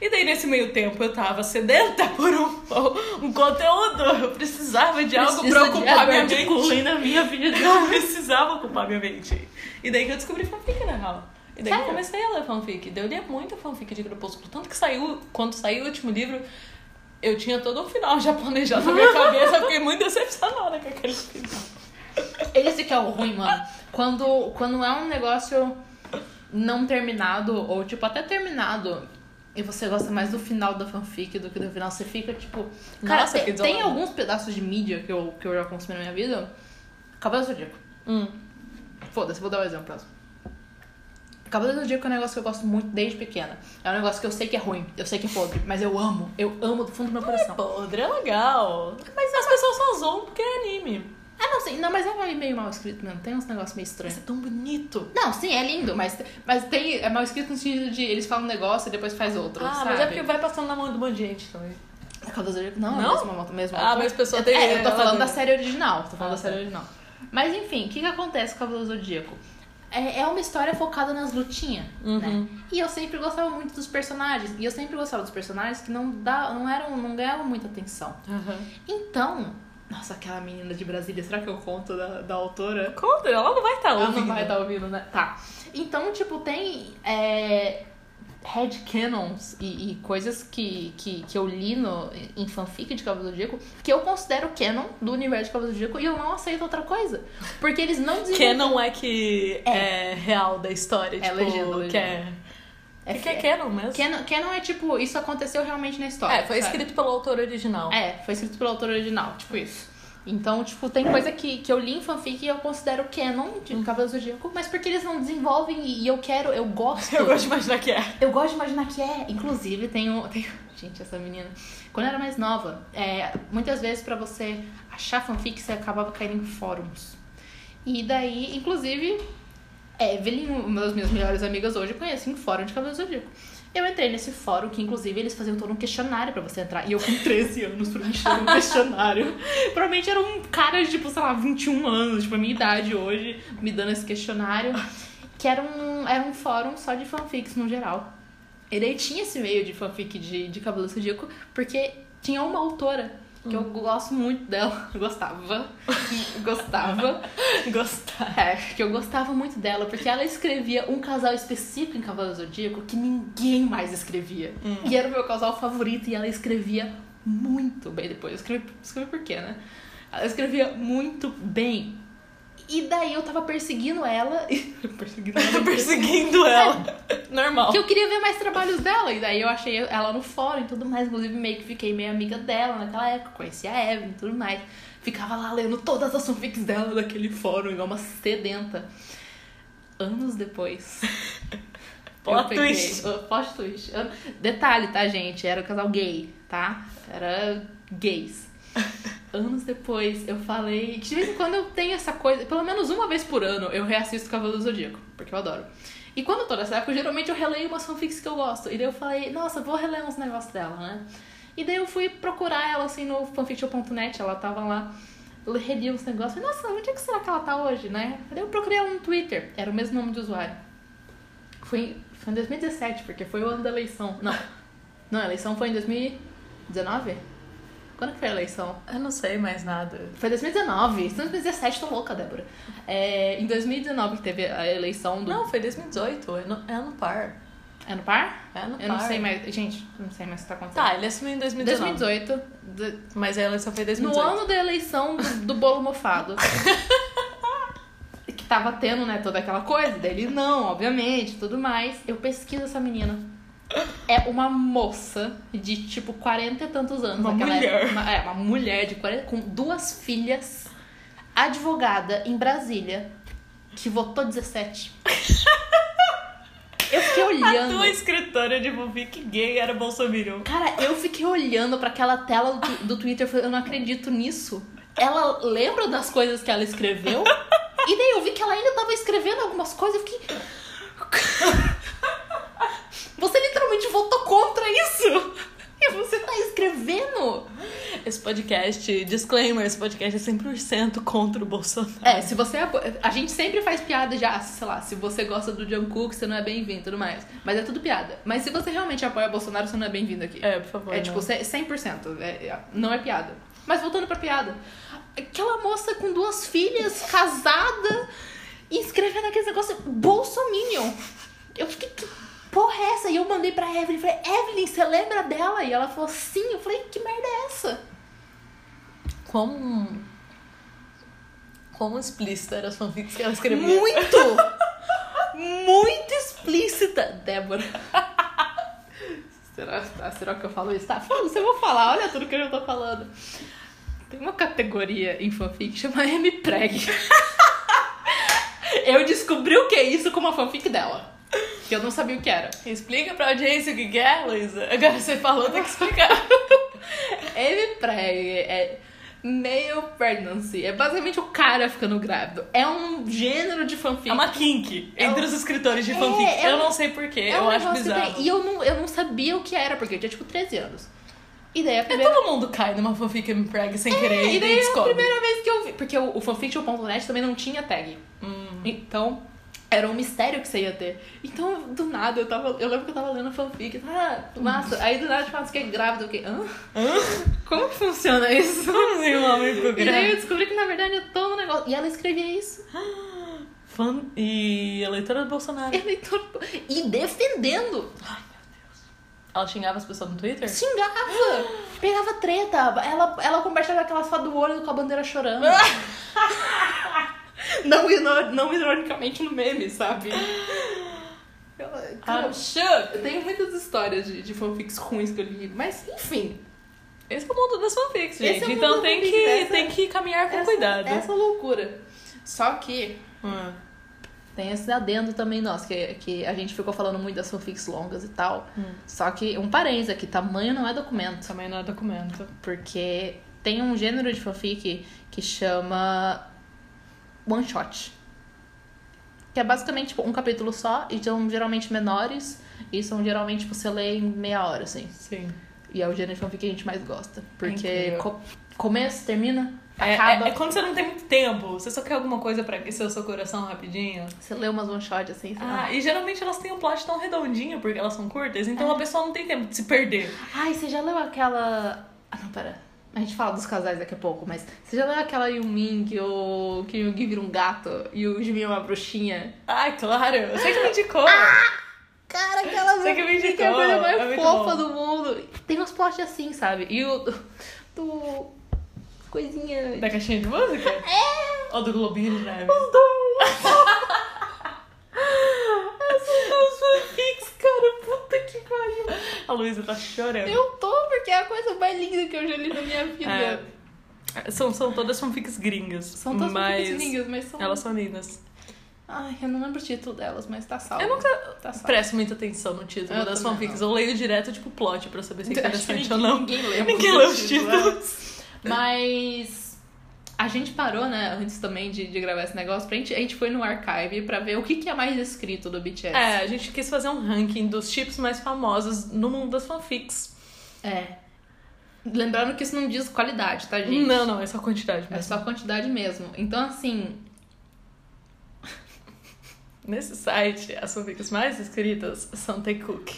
Speaker 2: E daí nesse meio tempo eu tava sedenta por um, um conteúdo, eu precisava de algo pra ocupar minha mente.
Speaker 1: na minha vida.
Speaker 2: Eu precisava ocupar minha mente. E daí que eu descobri fanfic, na real. E daí que eu
Speaker 1: Sério?
Speaker 2: comecei a ler fanfic. Daí eu lia muita fanfic de Crepúsculo. Tanto que saiu, quando saiu o último livro, eu tinha todo um final já planejado na minha cabeça. Eu fiquei muito decepcionada com aquele final.
Speaker 1: Esse que é o ruim, mano. Quando, quando é um negócio não terminado, ou tipo, até terminado, e você gosta mais do final da fanfic do que do final, você fica tipo. Cara,
Speaker 2: Nossa,
Speaker 1: tem,
Speaker 2: que
Speaker 1: tem
Speaker 2: isolado.
Speaker 1: alguns pedaços de mídia que eu, que eu já consumi na minha vida. Cabelo Zodíaco.
Speaker 2: Hum.
Speaker 1: Foda-se, vou dar um exemplo próximo. Cavaleiro do Zodíaco é um negócio que eu gosto muito desde pequena. É um negócio que eu sei que é ruim, eu sei que é podre, mas eu amo. Eu amo do fundo do meu coração.
Speaker 2: Podre é legal. Mas é- as pessoas só zoam porque é anime.
Speaker 1: Ah, não, sim. Não, mas é meio mal escrito mesmo. Tem uns negócios meio
Speaker 2: Isso
Speaker 1: estranhos.
Speaker 2: é tão bonito.
Speaker 1: Não, sim, é lindo, mas, mas tem, é mal escrito no sentido de eles falam um negócio e depois faz outro,
Speaker 2: ah,
Speaker 1: sabe?
Speaker 2: mas é porque vai passando na mão de um monte de gente também.
Speaker 1: Cavaleiros Não,
Speaker 2: Não?
Speaker 1: é a mesma moto, mesmo.
Speaker 2: Ah, mas o pessoal tem-
Speaker 1: É, eu tô
Speaker 2: ela
Speaker 1: falando da
Speaker 2: tem-
Speaker 1: série original. Tô falando
Speaker 2: Ah, tá.
Speaker 1: da série original. Mas enfim, o que, que acontece com Cavaleiro do Zodíaco? É, é uma história focada nas lutinhas, né?
Speaker 2: Uhum.
Speaker 1: E eu sempre gostava muito dos personagens. E eu sempre gostava dos personagens que não, dá, não, eram, não ganhavam muita atenção. Então, nossa, aquela menina de Brasília, será que eu conto da, da autora?
Speaker 2: Conta, ela não vai estar
Speaker 1: Ela
Speaker 2: Tá ouvindo.
Speaker 1: não vai estar ouvindo, né? Tá. Então, tipo, tem é, headcanons e, e coisas que, que, que eu li no, em fanfic de Cavaleiro do Zodíaco que eu considero canon do universo de Cavaleiro do Zodíaco e eu não aceito outra coisa. Porque eles não
Speaker 2: Que
Speaker 1: desenvolvem...
Speaker 2: não é que é, real da história. tipo,
Speaker 1: legenda, legenda.
Speaker 2: Que é...
Speaker 1: É,
Speaker 2: que é canon mesmo.
Speaker 1: canon, canon é tipo, isso aconteceu realmente na história.
Speaker 2: É, foi
Speaker 1: sabe?
Speaker 2: escrito pelo autor original.
Speaker 1: É, foi escrito pelo autor original, tipo isso. Então, tipo, tem coisa que, que eu li em fanfic e eu considero canon de
Speaker 2: Hum.
Speaker 1: Cavaleiro do Zodíaco, mas porque eles não desenvolvem e, e eu quero, eu gosto.
Speaker 2: Eu gosto de imaginar que é.
Speaker 1: Eu gosto de imaginar que é. Inclusive, tem um. tem- Gente, essa menina. Quando eu era mais nova, é, muitas vezes pra você achar fanfic, você acabava caindo em fóruns. E daí, inclusive, é, Evelyn, uma das minhas melhores amigas hoje, eu conheço em fórum de cabelo zodíaco. Eu entrei nesse fórum que, inclusive, eles faziam todo um questionário pra você entrar. E eu com 13 anos preenchendo um questionário. Provavelmente era um cara de, tipo, sei lá, 21 anos, tipo, a minha idade hoje, me dando esse questionário. Que era um, era um fórum só de fanfics no geral. E daí tinha esse meio de fanfic de, de cabelo zodíaco, porque tinha uma autora que eu gosto muito dela. Gostava. Gostava.
Speaker 2: Gostar.
Speaker 1: É, que eu gostava muito dela, porque ela escrevia um casal específico em Cavaleiro Zodíaco que ninguém mais escrevia. E era o meu casal favorito e ela escrevia muito bem depois. Eu escrevi, escrevi por quê, né? Ela escrevia muito bem. E daí eu tava perseguindo ela. perseguindo ela.
Speaker 2: Perseguindo ela. Normal.
Speaker 1: Que eu queria ver mais trabalhos dela. E daí eu achei ela no fórum e tudo mais. Inclusive, meio que fiquei meio amiga dela naquela época. Conheci a Evelyn e tudo mais. Ficava lá lendo todas as fanfics dela naquele fórum, igual uma sedenta. Anos depois.
Speaker 2: Plot
Speaker 1: eu peguei-
Speaker 2: twist.
Speaker 1: Uh, Plot twist. An- Detalhe, tá, gente? Era o casal gay, tá? Era gays. Anos depois, eu falei. que De vez em quando eu tenho essa coisa. Pelo menos uma vez por ano eu reassisto Cavaleiro do Zodíaco, porque eu adoro. E quando eu tô nessa época, geralmente eu releio umas fanfics que eu gosto. E daí eu falei, nossa, vou reler uns negócios dela, né? E daí eu fui procurar ela assim no fanfiction.net, ela tava lá. Eu reli uns negócios. Falei, nossa, onde é que será que ela tá hoje, né? Daí eu procurei ela no Twitter, era o mesmo nome de usuário. Foi, foi em 2017, porque foi o ano da eleição. Não. Não, a eleição foi em 2019? Quando que foi a eleição?
Speaker 2: Eu não sei mais nada.
Speaker 1: Foi 2019. Isso é 2017, tô louca, Débora. É, em 2019 que teve a eleição do.
Speaker 2: Não, foi 2018. É no, é no par.
Speaker 1: É no par?
Speaker 2: É no par.
Speaker 1: Eu não sei mais. Gente, eu não sei mais o que tá acontecendo.
Speaker 2: Tá, ele assumiu em 2019.
Speaker 1: 2018. de-
Speaker 2: Mas ela só foi em
Speaker 1: No
Speaker 2: 2018.
Speaker 1: ano da eleição do, do bolo mofado. que tava tendo, né, toda aquela coisa. Daí ele, não, obviamente, tudo mais. Eu pesquiso essa menina. É uma moça de tipo 40 e tantos anos.
Speaker 2: Uma
Speaker 1: naquela
Speaker 2: mulher.
Speaker 1: época. Uma- é, uma mulher de 40, com duas filhas, advogada em Brasília, que votou 17. Eu fiquei
Speaker 2: A
Speaker 1: olhando.
Speaker 2: tua escritora de fanfic gay era Bolsonaro.
Speaker 1: Cara, eu fiquei olhando pra aquela tela do, do Twitter, falei, eu não acredito nisso. Ela lembra das coisas que ela escreveu? E daí eu vi que ela ainda tava escrevendo algumas coisas, eu fiquei. Você literalmente votou contra isso! E você tá escrevendo?
Speaker 2: Esse podcast, disclaimer, esse podcast é 100% contra o Bolsonaro.
Speaker 1: É, se você. apo- A gente sempre faz piada já, sei lá, se você gosta do Jungkook, você não é bem-vindo e tudo mais. Mas é tudo piada. Mas se você realmente apoia Bolsonaro, você não é bem-vindo aqui.
Speaker 2: É, por favor.
Speaker 1: É
Speaker 2: não.
Speaker 1: tipo, cê- 100%. É, é- não é piada. Mas voltando pra piada. Aquela moça com duas filhas, casada, e escrevendo aquele negócio Bolsominion. Eu fiquei, que porra é essa? E eu mandei pra Evelyn, falei, Evelyn, você lembra dela? E ela falou, sim. Eu falei, que merda é essa?
Speaker 2: Quão. Quão explícita era as fanfics que ela escrevia.
Speaker 1: Muito! muito explícita, Débora. Será, tá, será que eu falo isso? Tá, fala, você vou falar, olha tudo que eu já tô falando. Tem uma categoria em fanfic que chama M-Preg. eu descobri o que é isso com uma fanfic dela. Que eu não sabia o que era.
Speaker 2: Explica pra audiência o que que é, Luísa. Agora você falou, tem que explicar.
Speaker 1: M-Preg é male pregnancy. É basicamente o cara ficando grávido. É um gênero de fanfic.
Speaker 2: É uma kink
Speaker 1: É
Speaker 2: entre
Speaker 1: um-
Speaker 2: os escritores de
Speaker 1: É,
Speaker 2: fanfic.
Speaker 1: é
Speaker 2: eu
Speaker 1: um-
Speaker 2: não sei porquê,
Speaker 1: É um
Speaker 2: eu acho
Speaker 1: negócio que
Speaker 2: bizarro.
Speaker 1: tem- E eu não, eu não sabia o que era, porque eu tinha tipo 13 anos. E daí a
Speaker 2: É,
Speaker 1: primeira.
Speaker 2: todo mundo cai numa fanfic Mpreg sem querer
Speaker 1: É,
Speaker 2: e,
Speaker 1: e daí
Speaker 2: daí
Speaker 1: é a
Speaker 2: descobre.
Speaker 1: primeira vez que eu vi. Porque o, o fanfiction.net também não tinha tag. Então, era um mistério que você ia ter. Então, do nada, eu tava. Eu lembro que eu tava lendo fanfic. Ah, massa. Aí do nada, tipo, ah, você que é grávida, eu fiquei. Hã? Como que funciona isso?
Speaker 2: Vamos em um homem pro
Speaker 1: E daí eu
Speaker 2: grande.
Speaker 1: descobri que na verdade eu tô no negócio. E ela escrevia isso.
Speaker 2: "Ah, Fã e eleitora do Bolsonaro.
Speaker 1: Ela entrou- E defendendo.
Speaker 2: Ela xingava as pessoas no Twitter?
Speaker 1: Xingava! Pegava treta. Ela, ela compartilhava aquelas fotos do olho com a bandeira chorando. não, ino- não ironicamente no meme, sabe? Ela- cara,
Speaker 2: I'm shook!
Speaker 1: eu tenho muitas histórias de, de fanfics ruins que eu li, mas enfim.
Speaker 2: Esse é o mundo das fanfics,
Speaker 1: Esse é o
Speaker 2: gente.
Speaker 1: mundo
Speaker 2: então
Speaker 1: das
Speaker 2: tem que,
Speaker 1: fanfics, essa-
Speaker 2: tem que caminhar com
Speaker 1: essa-
Speaker 2: cuidado.
Speaker 1: Essa é loucura. Só que
Speaker 2: Hum.
Speaker 1: tem esse adendo também nosso, que, que a gente ficou falando muito das fanfics longas e tal.
Speaker 2: Hum.
Speaker 1: Só que um parênteses aqui, tamanho não é documento.
Speaker 2: Também não é documento.
Speaker 1: Porque tem um gênero de fanfic que chama one shot. Que é basicamente tipo, um capítulo só e são geralmente menores e são geralmente tipo, você lê em meia hora, assim.
Speaker 2: Sim.
Speaker 1: E é o gênero de fanfic que a gente mais gosta. Porque
Speaker 2: incrível.
Speaker 1: co- começa, termina,
Speaker 2: É,
Speaker 1: acaba.
Speaker 2: é- é quando você não tem muito tempo, você só quer alguma coisa pra aquecer o seu coração rapidinho.
Speaker 1: Você lê umas one shot assim, sei lá.
Speaker 2: Ah, e geralmente elas têm um plot tão redondinho porque elas são curtas, então
Speaker 1: Ah.
Speaker 2: a pessoa não tem tempo de se perder.
Speaker 1: Ai, você já leu aquela. Ah, não, pera. A gente fala dos casais daqui a pouco, mas você já leu aquela Yumin que o, que o Yugi vira um gato e o Jimin é uma bruxinha?
Speaker 2: Ai, claro, você que me indicou.
Speaker 1: Ah. Cara, aquela
Speaker 2: Você que me
Speaker 1: música
Speaker 2: indicou,
Speaker 1: é a coisa mais
Speaker 2: é muito bom.
Speaker 1: fofa do mundo. Tem uns plot assim, sabe? E o do, do- coisinha
Speaker 2: Da caixinha de música? É! Ou do Globinho de Neve?
Speaker 1: Os dois. Essas duas fanfics, cara, puta que pariu.
Speaker 2: A Luísa tá chorando.
Speaker 1: Eu tô, porque é a coisa mais linda que eu já li na minha vida.
Speaker 2: É, são, são todas fanfics gringas.
Speaker 1: São todas
Speaker 2: mas
Speaker 1: fanfics lindas, mas são.
Speaker 2: Elas são lindas.
Speaker 1: Ai, eu não lembro o título delas, mas tá salvo.
Speaker 2: Eu nunca
Speaker 1: Tá salvo.
Speaker 2: presto muita atenção no título
Speaker 1: Eu
Speaker 2: das
Speaker 1: também
Speaker 2: fanfics. Eu leio direto, tipo, plot pra saber se é
Speaker 1: Acho que
Speaker 2: interessante ou
Speaker 1: ninguém-
Speaker 2: não.
Speaker 1: Ninguém lembra. é.
Speaker 2: Ninguém lê os títulos.
Speaker 1: Mas a gente parou, né, antes também de, de gravar esse negócio, pra gente, a gente foi no archive pra ver o que, que é mais escrito do BTS.
Speaker 2: É, a gente quis fazer um ranking dos chips mais famosos no mundo das fanfics.
Speaker 1: É. Lembrando que isso não diz qualidade, tá, gente?
Speaker 2: Não, não, é só quantidade
Speaker 1: É
Speaker 2: mesmo.
Speaker 1: só quantidade mesmo. Então, assim,
Speaker 2: Nesse site, as fanfics mais escritas são The Cook.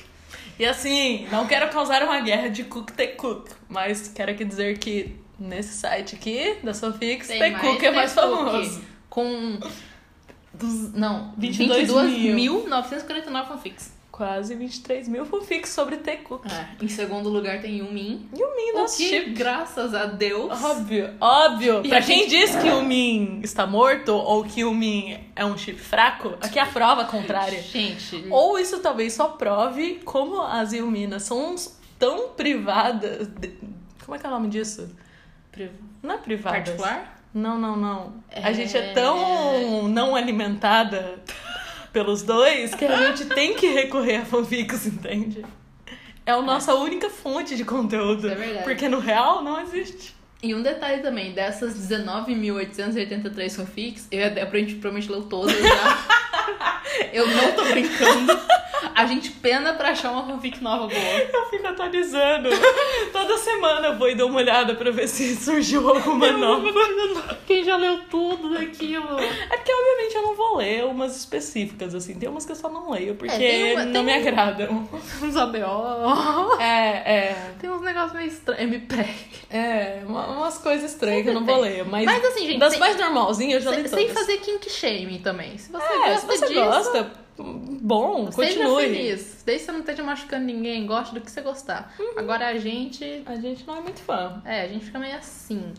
Speaker 2: E assim, não quero causar uma guerra de Cook The Cook, mas quero aqui dizer que nesse site aqui, das fanfics,
Speaker 1: Tem
Speaker 2: The
Speaker 1: mais
Speaker 2: Cook é
Speaker 1: The
Speaker 2: mais
Speaker 1: Cook.
Speaker 2: famoso.
Speaker 1: com. Dos, não,
Speaker 2: 22
Speaker 1: 22.949 fanfics.
Speaker 2: Quase 23 mil fanfics sobre The Cook.
Speaker 1: É. Em segundo lugar tem Yumin.
Speaker 2: E o Min,
Speaker 1: O
Speaker 2: nosso
Speaker 1: que,
Speaker 2: chip.
Speaker 1: graças a Deus.
Speaker 2: Óbvio, óbvio.
Speaker 1: E
Speaker 2: pra
Speaker 1: a
Speaker 2: quem diz que o Min está morto ou que o Min é um chip fraco, aqui é a prova contrária.
Speaker 1: Gente,
Speaker 2: Ou isso talvez só prove como as Ilminas são uns- tão privadas. de- Como é que é o nome disso? Não é privadas.
Speaker 1: particular?
Speaker 2: Não, não, não. A
Speaker 1: É.
Speaker 2: gente é tão não alimentada pelos dois que a gente tem que recorrer a fanfics, entende? É a nossa única fonte de conteúdo.
Speaker 1: Isso é verdade.
Speaker 2: Porque no real não existe.
Speaker 1: E um detalhe também, dessas 19.883 fanfics, eu até a gente provavelmente leu todas já. eu não tô brincando. A gente pena pra achar uma fanfic nova boa.
Speaker 2: Eu fico atualizando. Toda semana eu vou e dou uma olhada pra ver se surgiu alguma nova.
Speaker 1: Quem já leu tudo daquilo?
Speaker 2: É porque, obviamente, eu não vou ler umas específicas, assim. Tem umas que eu só não leio, porque
Speaker 1: É, tem uma-
Speaker 2: não
Speaker 1: tem
Speaker 2: me
Speaker 1: um-
Speaker 2: agradam.
Speaker 1: Uns ABO.
Speaker 2: É, é.
Speaker 1: Tem uns negócios meio estranhos. MPEG.
Speaker 2: É, uma- umas coisas estranhas que
Speaker 1: Sempre
Speaker 2: eu não vou
Speaker 1: tem.
Speaker 2: ler. Mas,
Speaker 1: Mas assim, gente,
Speaker 2: das
Speaker 1: sem-
Speaker 2: mais normalzinhas eu já li todas.
Speaker 1: sem, sem fazer kink shame também. Se você
Speaker 2: É, se
Speaker 1: gosta
Speaker 2: você
Speaker 1: disso,
Speaker 2: gosta, bom,
Speaker 1: seja
Speaker 2: continue.
Speaker 1: feliz. Desde que você não esteja machucando ninguém, goste do que você gostar. Agora a gente
Speaker 2: A gente não é muito fã.
Speaker 1: É, a gente fica meio assim.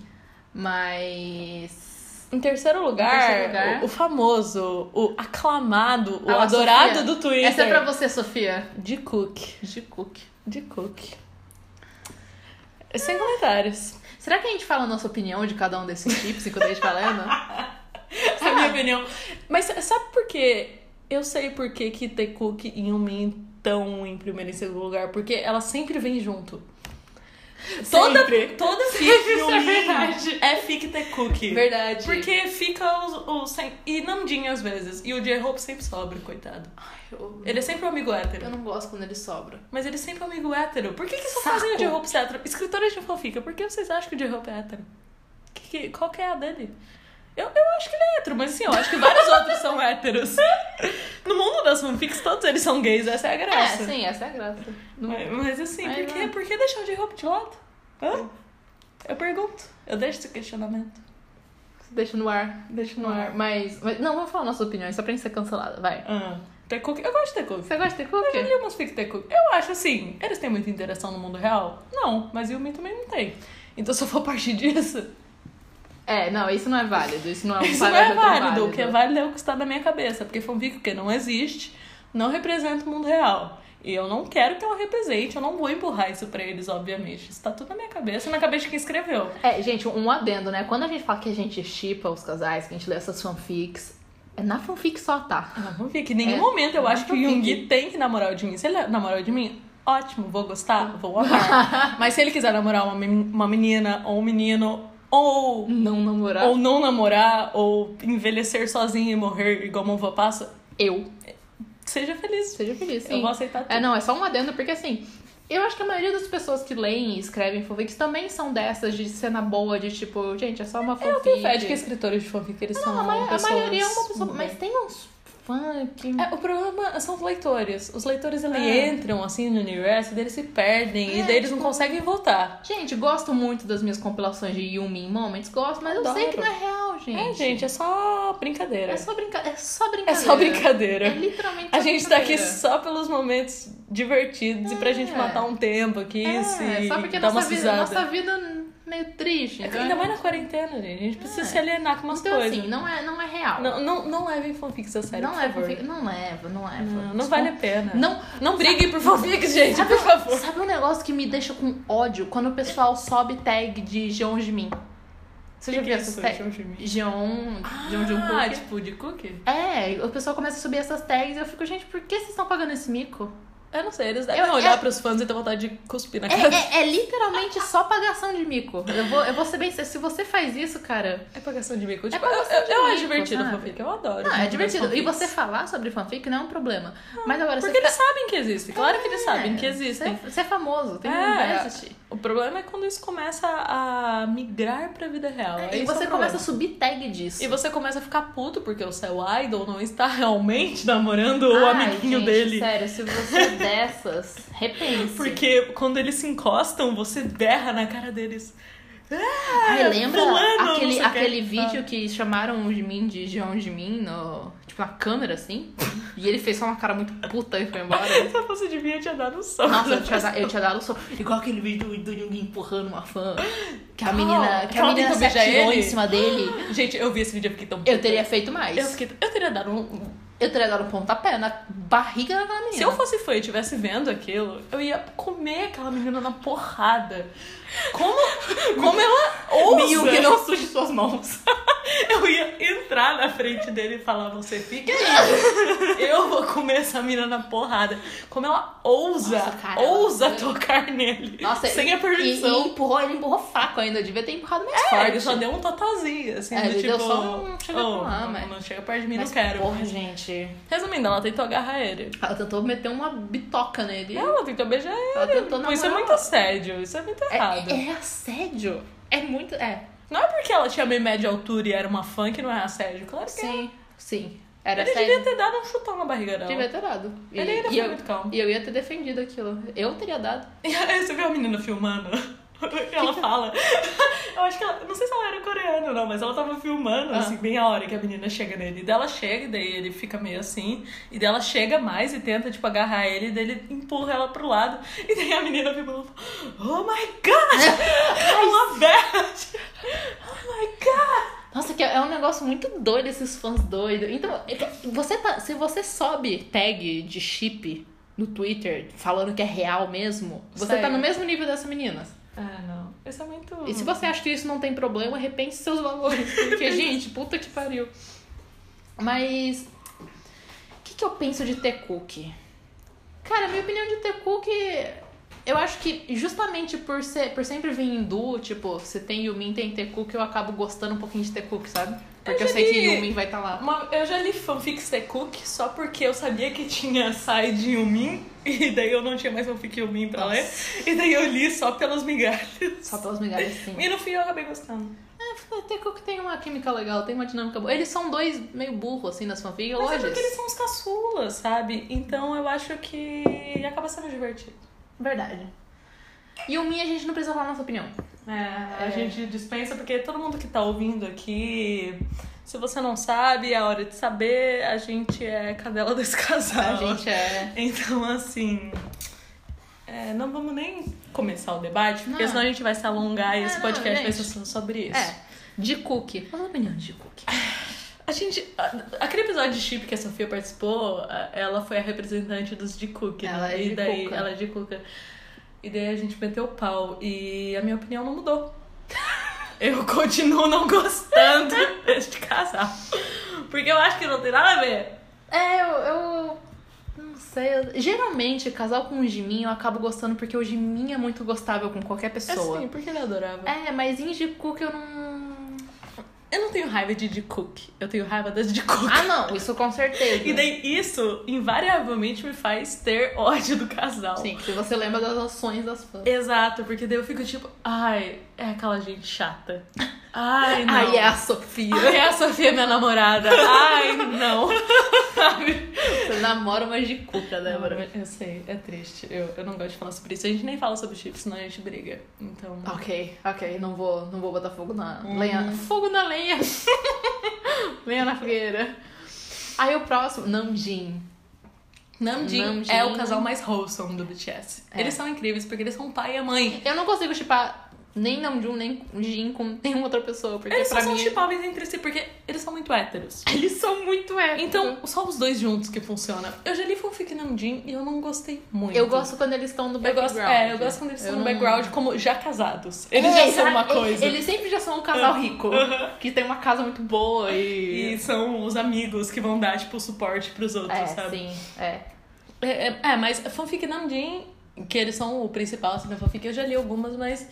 Speaker 1: Mas.
Speaker 2: Em terceiro lugar,
Speaker 1: terceiro lugar.
Speaker 2: O, o famoso, o aclamado, o
Speaker 1: Ah lá,
Speaker 2: adorado
Speaker 1: Sofia.
Speaker 2: do Twitter.
Speaker 1: Essa é pra você, Sofia.
Speaker 2: De Cook.
Speaker 1: De Cook.
Speaker 2: De Cook. Sem comentários.
Speaker 1: Será que a gente fala a nossa opinião de cada um desses chips enquanto a gente "Ah, falando?
Speaker 2: Essa é a
Speaker 1: Ah.
Speaker 2: minha opinião. Mas sa- sabe por quê? Eu sei por que que The Cook e Yumi estão em primeiro e segundo lugar. Porque elas sempre vêm junto. Toda,
Speaker 1: Sempre.
Speaker 2: toda fic
Speaker 1: Sempre, isso
Speaker 2: no
Speaker 1: é
Speaker 2: mínimo,
Speaker 1: verdade.
Speaker 2: é fic ter cookie.
Speaker 1: Verdade.
Speaker 2: Porque fica os, os sem... E Nandinho às vezes. E o J-Hope sempre sobra, coitado.
Speaker 1: Eu,
Speaker 2: Ele é sempre um amigo hétero.
Speaker 1: eu não gosto quando ele sobra.
Speaker 2: Mas ele é sempre um amigo hétero. Por que, que só
Speaker 1: Saco.
Speaker 2: fazem o J-Hope ser hétero? Escritores de fanfica, por que vocês acham que o J-Hope é hétero? Que- que- qual que é a dele? Eu, eu acho que ele é hétero, mas assim, eu acho que vários outros são héteros. No mundo das fanfics, todos eles são gays, essa é a graça.
Speaker 1: É, sim, essa é a graça. Não-
Speaker 2: Mas, mas assim,
Speaker 1: Mas
Speaker 2: por, que,
Speaker 1: não.
Speaker 2: por que deixar o J-Hope de lado? Hã? Eu pergunto. Eu deixo esse questionamento.
Speaker 1: Deixa no ar.
Speaker 2: Deixo
Speaker 1: No ar. Mas, mas- Não, vamos falar nossas opiniões, só pra gente ser cancelada. Vai.
Speaker 2: Ah, The Cook, eu gosto de The Cook.
Speaker 1: Você gosta de
Speaker 2: Eu já
Speaker 1: cookie?
Speaker 2: li é umas fic The Cook. Eu acho assim, eles têm muita interação no mundo real? Não, mas Yumi também não tem. Então se eu for partir disso,
Speaker 1: É, não, isso não é válido. Isso não é um
Speaker 2: isso não é
Speaker 1: parâmetro
Speaker 2: válido. O que é válido é o que está na minha cabeça. Porque fanfic que não existe, não representa o mundo real. E eu não quero que ela represente, eu não vou empurrar isso pra eles, obviamente. Isso tá tudo na minha cabeça e na cabeça de quem escreveu.
Speaker 1: É, gente, um adendo, né? Quando a gente fala que a gente chipa os casais, que a gente lê essas fanfics, é na fanfic só, tá?
Speaker 2: Ah, Vamos ver, que em nenhum
Speaker 1: É,
Speaker 2: momento eu
Speaker 1: não
Speaker 2: acho que o
Speaker 1: duvido.
Speaker 2: Jung tem que namorar de mim. Se ele namorar de mim, ótimo, vou gostar, vou amar. Mas se ele quiser namorar uma men- uma menina ou um menino, ou,
Speaker 1: Não namorar.
Speaker 2: ou não namorar, ou envelhecer sozinho e morrer igual uma uva passa,
Speaker 1: Eu.
Speaker 2: seja feliz.
Speaker 1: Seja feliz, sim.
Speaker 2: Eu vou aceitar tudo.
Speaker 1: É, não, é só um adendo, porque assim, eu acho que a maioria das pessoas que leem e escrevem fanfics também são dessas de cena boa, de tipo, gente, é só uma fanfic.
Speaker 2: eu tenho fé de que escritores de fanfic eles
Speaker 1: Não,
Speaker 2: são
Speaker 1: a, ma- a
Speaker 2: pessoas
Speaker 1: maioria é uma pessoa.
Speaker 2: muito
Speaker 1: Mas tem uns fã que.
Speaker 2: É, o problema são os leitores. Os leitores eles
Speaker 1: É.
Speaker 2: entram assim no universo, daí eles se perdem e
Speaker 1: É,
Speaker 2: daí eles não
Speaker 1: tipo-
Speaker 2: conseguem voltar.
Speaker 1: Gente, gosto muito das minhas compilações de Yumi em Moments, gosto, mas eu sei
Speaker 2: Adoro.
Speaker 1: que não é real, gente.
Speaker 2: É, gente, é só brincadeira.
Speaker 1: É só, brinca... é só brincadeira.
Speaker 2: É só brincadeira.
Speaker 1: É literalmente
Speaker 2: A
Speaker 1: só
Speaker 2: gente tá aqui
Speaker 1: brincadeira.
Speaker 2: só pelos momentos divertidos e pra gente
Speaker 1: É.
Speaker 2: matar um tempo aqui,
Speaker 1: É,
Speaker 2: se
Speaker 1: só porque
Speaker 2: dar assim, uma
Speaker 1: nossa vida,
Speaker 2: risada. É
Speaker 1: nossa vida meio triste. Então,
Speaker 2: Ainda mais na quarentena, gente. A gente precisa
Speaker 1: É.
Speaker 2: se alienar com umas
Speaker 1: então
Speaker 2: coisas.
Speaker 1: assim, não é, não é real.
Speaker 2: não, não, não levem fanfics a sério,
Speaker 1: não
Speaker 2: por
Speaker 1: leva,
Speaker 2: favor.
Speaker 1: fanfic- não leva, não leva.
Speaker 2: Não, não vale a pena.
Speaker 1: Não,
Speaker 2: não briguem por fanfics, gente,
Speaker 1: sabe,
Speaker 2: por favor.
Speaker 1: sabe um negócio que me deixa com ódio quando o pessoal sobe tag de Jeon Jimin? Você já
Speaker 2: Que
Speaker 1: viu
Speaker 2: que é
Speaker 1: essas
Speaker 2: isso,
Speaker 1: tags?
Speaker 2: Jimmy?
Speaker 1: Jeon, Jeon
Speaker 2: Ah,
Speaker 1: Jungkook.
Speaker 2: tipo, de cookie?
Speaker 1: É, o pessoal começa a subir essas tags e eu fico, gente, por que vocês estão pagando esse mico?
Speaker 2: Eu não sei, eles devem
Speaker 1: Eu-
Speaker 2: olhar
Speaker 1: é-
Speaker 2: pros fãs e ter vontade de cuspir na
Speaker 1: É,
Speaker 2: cara.
Speaker 1: é- é literalmente só pagação de mico. Eu vou, eu vou ser bem sério, se você faz isso, cara,
Speaker 2: É, pagação de bico.
Speaker 1: É
Speaker 2: Tipo, eu,
Speaker 1: pagação
Speaker 2: eu,
Speaker 1: de
Speaker 2: eu acho
Speaker 1: bico,
Speaker 2: divertido
Speaker 1: sabe?
Speaker 2: fanfic, eu adoro.
Speaker 1: Não, é
Speaker 2: fanfic,
Speaker 1: divertido. E
Speaker 2: fanfics.
Speaker 1: você falar sobre fanfic não é um problema. Mas agora
Speaker 2: Porque
Speaker 1: você
Speaker 2: eles sabem que existe, claro que eles
Speaker 1: É,
Speaker 2: sabem que existem.
Speaker 1: Você é, você é famoso, tem
Speaker 2: É.
Speaker 1: mundo vai assistir.
Speaker 2: O problema é quando isso começa a migrar pra vida real.
Speaker 1: e
Speaker 2: Esse é o
Speaker 1: você
Speaker 2: problema.
Speaker 1: começa a subir tag disso.
Speaker 2: E você começa a ficar puto porque o seu idol não está realmente namorando o
Speaker 1: Ai,
Speaker 2: amiguinho
Speaker 1: gente,
Speaker 2: dele.
Speaker 1: Sério, se você é dessas, repense.
Speaker 2: Porque quando eles se encostam, você berra na cara deles.
Speaker 1: Ai, lembra
Speaker 2: fulano, não sei
Speaker 1: aquele,
Speaker 2: o quê.
Speaker 1: aquele vídeo
Speaker 2: Ah.
Speaker 1: que chamaram o Jimin de Jeon Jimin no, tipo, na câmera, assim? E ele fez só uma cara muito puta e foi embora.
Speaker 2: Se eu fosse de mim, eu tinha dado um soco.
Speaker 1: Nossa, eu tinha, da- eu tinha dado som. Igual aquele vídeo do, do Jung empurrando uma fã. Que a
Speaker 2: Ah,
Speaker 1: menina, que a
Speaker 2: fala
Speaker 1: menina
Speaker 2: que
Speaker 1: se
Speaker 2: eu beijei
Speaker 1: atirou
Speaker 2: ele.
Speaker 1: em cima dele.
Speaker 2: Gente, eu vi esse vídeo, eu fiquei tão puta.
Speaker 1: Eu teria feito mais.
Speaker 2: Eu, fiquei- eu teria dado um...
Speaker 1: Eu teria dado um pontapé na barriga daquela menina.
Speaker 2: Se eu fosse fã e estivesse vendo aquilo, eu ia comer aquela menina na porrada. Como, como ela ousa...
Speaker 1: que não suje suas mãos.
Speaker 2: Eu ia entrar na frente dele e falar: Você fica aí. Eu vou comer essa mina na porrada. Como ela ousa,
Speaker 1: Nossa, cara,
Speaker 2: ousa
Speaker 1: ela-
Speaker 2: tocar nele.
Speaker 1: Nossa,
Speaker 2: sem a
Speaker 1: E, e
Speaker 2: permissão.
Speaker 1: empurrou, ele empurrou fraco ainda. Devia ter empurrado mais
Speaker 2: É,
Speaker 1: forte.
Speaker 2: ele só deu um totozinho, assim,
Speaker 1: É,
Speaker 2: do
Speaker 1: ele
Speaker 2: tipo.
Speaker 1: deu só um, "Chega pra
Speaker 2: "Oh,
Speaker 1: lá,
Speaker 2: não,
Speaker 1: mas-
Speaker 2: não chega perto de mim,
Speaker 1: Mas,
Speaker 2: não quero.
Speaker 1: Porra, gente.
Speaker 2: Resumindo, ela tentou agarrar ele.
Speaker 1: Ela tentou meter uma bitoca nele.
Speaker 2: Ela tentou beijar ele.
Speaker 1: Ela tentou namorar.
Speaker 2: Isso é muito assédio, isso é muito
Speaker 1: É-
Speaker 2: errado.
Speaker 1: é, é assédio. É muito. É.
Speaker 2: Não é porque ela tinha meio média altura e era uma fã que não é assédio. Claro que é.
Speaker 1: Sim. Sim. Era
Speaker 2: Ele
Speaker 1: assédio.
Speaker 2: devia ter dado um chutão na barriga dela.
Speaker 1: Devia ter dado. E,
Speaker 2: Ele ainda
Speaker 1: e
Speaker 2: foi
Speaker 1: eu,
Speaker 2: muito calmo.
Speaker 1: e eu ia ter defendido aquilo. Eu teria dado.
Speaker 2: E aí Você viu a menina filmando? Ela fala. Eu acho que ela. Não sei se ela era coreana ou não, mas ela tava filmando,
Speaker 1: Ah.
Speaker 2: assim, bem a hora que a menina chega nele. E dela chega, e daí ele fica meio assim. E dela chega mais e tenta, tipo, agarrar ele, e daí ele empurra ela pro lado. E daí a menina filmando e fala: Oh my god! Ela berra. Oh my god!
Speaker 1: Nossa, que é um negócio muito doido esses fãs doidos. Então, você tá, se você sobe tag de chip no Twitter falando que é real mesmo, você
Speaker 2: Sério?
Speaker 1: tá no mesmo nível dessa menina.
Speaker 2: Ah, não. Isso é muito.
Speaker 1: E se você acha que isso não tem problema, repense seus valores. Porque, gente, puta que pariu. Mas. O que, que eu penso de ter cookie? Cara, minha opinião de ter cookie Eu acho que justamente por, ser, por sempre vir hindu, tipo, se tem Yumin, tem Tekuk, eu acabo gostando um pouquinho de Tekuk, sabe? Porque eu,
Speaker 2: já
Speaker 1: sei que
Speaker 2: li-
Speaker 1: Yumin vai estar lá.
Speaker 2: Uma- eu já li fanfics de Cook só porque eu sabia que tinha side Yumin, e daí eu não tinha mais fanfic Yumin pra ler, e daí eu li só pelas migalhas.
Speaker 1: Só pelas migalhas, assim. sim.
Speaker 2: E no fim eu acabei gostando.
Speaker 1: É, Tekuk tem uma química legal, tem uma dinâmica boa. Eles são dois meio burros, assim, nas fanfics.
Speaker 2: Mas é
Speaker 1: Lógico.
Speaker 2: porque eles são os caçulas, sabe? Então eu acho que acaba sendo divertido.
Speaker 1: Verdade. Yumin a gente não precisa falar nossa opinião.
Speaker 2: É, a gente dispensa porque todo mundo que tá ouvindo aqui, se você não sabe, é a hora de saber, a gente é cadela desse casal.
Speaker 1: A gente é...
Speaker 2: Então, assim. é, não vamos nem começar o debate, porque
Speaker 1: Não.
Speaker 2: senão a gente vai se alongar e
Speaker 1: É,
Speaker 2: esse
Speaker 1: não,
Speaker 2: podcast vai ser
Speaker 1: gente.
Speaker 2: só sobre isso.
Speaker 1: É, de Cook. Qual a opinião de Cook?
Speaker 2: A gente. a- Aquele episódio de chip que a Sofia participou, a- ela foi a representante dos de Cook, né?
Speaker 1: Ela é
Speaker 2: e
Speaker 1: de
Speaker 2: daí
Speaker 1: Cuca.
Speaker 2: ela é de Cuca. E daí a gente meteu o pau. E a minha opinião não mudou. Eu continuo não gostando deste casal. Porque eu acho que não tem nada a ver.
Speaker 1: É, eu, eu não sei. eu- Geralmente, casal com o Jimin, eu acabo gostando porque o Jimin é muito gostável com qualquer pessoa.
Speaker 2: É sim, porque ele adorava.
Speaker 1: É, mas em Jikook eu não.
Speaker 2: Eu não tenho raiva de de Cook. Eu tenho raiva das de Cook.
Speaker 1: Ah, não, isso com certeza.
Speaker 2: E daí isso invariavelmente me faz ter ódio do casal.
Speaker 1: Sim, se você lembra das ações das fãs.
Speaker 2: Exato, porque daí eu fico tipo, ai, é aquela gente chata. Ai, não.
Speaker 1: Aí é a Sofia.
Speaker 2: Ai, é a Sofia minha namorada. Ai, não. Sabe?
Speaker 1: Você namora uma né, Jikuka, Débora.
Speaker 2: Eu sei, é triste. Eu, eu não gosto de falar sobre isso. A gente nem fala sobre chips, senão a gente briga. Então.
Speaker 1: Ok, ok, não vou, não vou botar fogo na
Speaker 2: Hum.
Speaker 1: lenha. Fogo na lenha! lenha na fogueira. Aí o próximo, Namjin.
Speaker 2: Namjin,
Speaker 1: Namjin.
Speaker 2: é o casal mais wholesome do BTS.
Speaker 1: É.
Speaker 2: Eles são incríveis porque eles são pai e a mãe.
Speaker 1: Eu não consigo chipar nem Namjoon, nem Jin com nenhuma outra pessoa, porque
Speaker 2: Eles só
Speaker 1: pra
Speaker 2: são
Speaker 1: mim...
Speaker 2: chipáveis entre si, porque eles são muito héteros.
Speaker 1: Eles são muito héteros.
Speaker 2: Então, só os dois juntos que funciona. Eu já li fanfic Namjin e eu não gostei muito.
Speaker 1: eu gosto quando eles estão no
Speaker 2: Eu
Speaker 1: background.
Speaker 2: gosto, é, eu gosto quando eles estão no
Speaker 1: não-
Speaker 2: background como já casados. Eles já
Speaker 1: É,
Speaker 2: são uma
Speaker 1: eles-
Speaker 2: coisa.
Speaker 1: Eles sempre já são um casal rico, que tem uma casa muito boa e...
Speaker 2: E são os amigos que vão dar, tipo, suporte pros outros,
Speaker 1: É,
Speaker 2: sabe?
Speaker 1: sim, é.
Speaker 2: É, é, é, mas fanfic Namjin, que eles são o principal assim, da fanfic, eu já li algumas, mas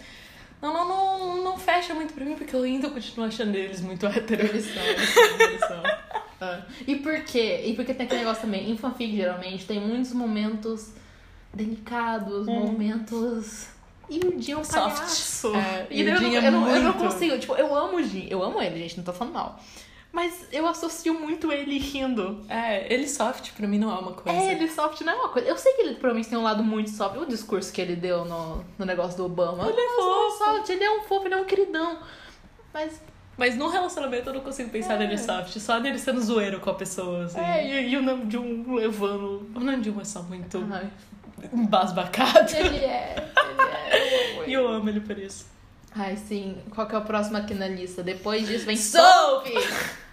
Speaker 2: não, não, não, não fecha muito pra mim, porque eu ainda continuo achando eles muito héteros.
Speaker 1: Eles são, eles são, eles são. É. E por quê? E porque tem aquele negócio também, em fanfic geralmente tem muitos momentos delicados, momentos... E o Jin é um palhaço.
Speaker 2: Soft. É,
Speaker 1: E
Speaker 2: e
Speaker 1: daí
Speaker 2: o
Speaker 1: eu, não,
Speaker 2: Jin é
Speaker 1: eu, não, eu não
Speaker 2: muito-
Speaker 1: consigo, tipo, eu amo o Jin, eu amo ele, gente, não tô falando mal. Mas eu associo muito ele rindo.
Speaker 2: É, ele soft pra mim não é uma coisa.
Speaker 1: É, ele soft não é uma coisa. Eu sei que ele provavelmente tem um lado muito soft. O discurso que ele deu no, no negócio do Obama.
Speaker 2: Ele é
Speaker 1: Nossa,
Speaker 2: fofo.
Speaker 1: soft, ele é um fofo, ele é um queridão. Mas
Speaker 2: Mas num relacionamento eu não consigo pensar nele soft, só nele sendo zoeiro com a pessoa, assim.
Speaker 1: é, e, e o Namjoon levando.
Speaker 2: O Nandinho é só muito
Speaker 1: Ai,
Speaker 2: embasbacado.
Speaker 1: ele é, ele é. Eu amo
Speaker 2: E
Speaker 1: ele.
Speaker 2: eu amo ele por isso.
Speaker 1: Ai, sim. Qual que é o próximo aqui na lista? Depois disso vem
Speaker 2: Soap!
Speaker 1: Soap!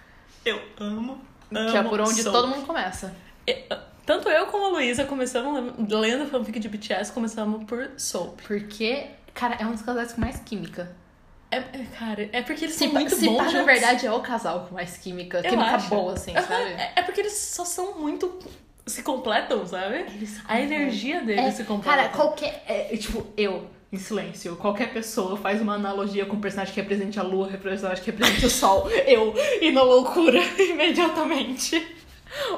Speaker 2: Eu amo, amo.
Speaker 1: Que é por onde
Speaker 2: Soul.
Speaker 1: todo mundo começa.
Speaker 2: É, Tanto eu como a Luísa começamos lendo fanfic de BTS, começamos por Soap.
Speaker 1: Porque, cara, é um dos casais com mais química.
Speaker 2: É, é, cara, é porque eles
Speaker 1: Se,
Speaker 2: são
Speaker 1: pá-
Speaker 2: muito
Speaker 1: se
Speaker 2: bons
Speaker 1: pá, na
Speaker 2: juntos.
Speaker 1: verdade, é o casal com mais química.
Speaker 2: Eu
Speaker 1: química
Speaker 2: acho.
Speaker 1: boa, assim,
Speaker 2: Aham,
Speaker 1: sabe?
Speaker 2: É, é porque eles só são muito... Se completam, sabe?
Speaker 1: Eles-
Speaker 2: A energia deles
Speaker 1: É,
Speaker 2: se completa.
Speaker 1: Cara, qualquer. é, tipo, eu, em silêncio, qualquer pessoa faz uma analogia com o personagem que represente a lua, o personagem que represente o sol. Eu, e na loucura, imediatamente.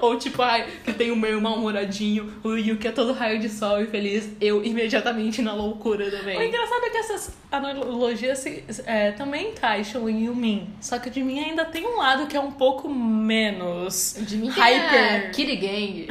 Speaker 1: Ou tipo, ai, que tem o meio mal-humoradinho, o Yuki é todo raio de sol e feliz. Eu, imediatamente na loucura também.
Speaker 2: O engraçado é que essas analogias se- é, também encaixam em Yumin. Só que de mim ainda tem um lado que é um pouco menos.
Speaker 1: De mim
Speaker 2: Hyper.
Speaker 1: Hyper. Kitty Gang.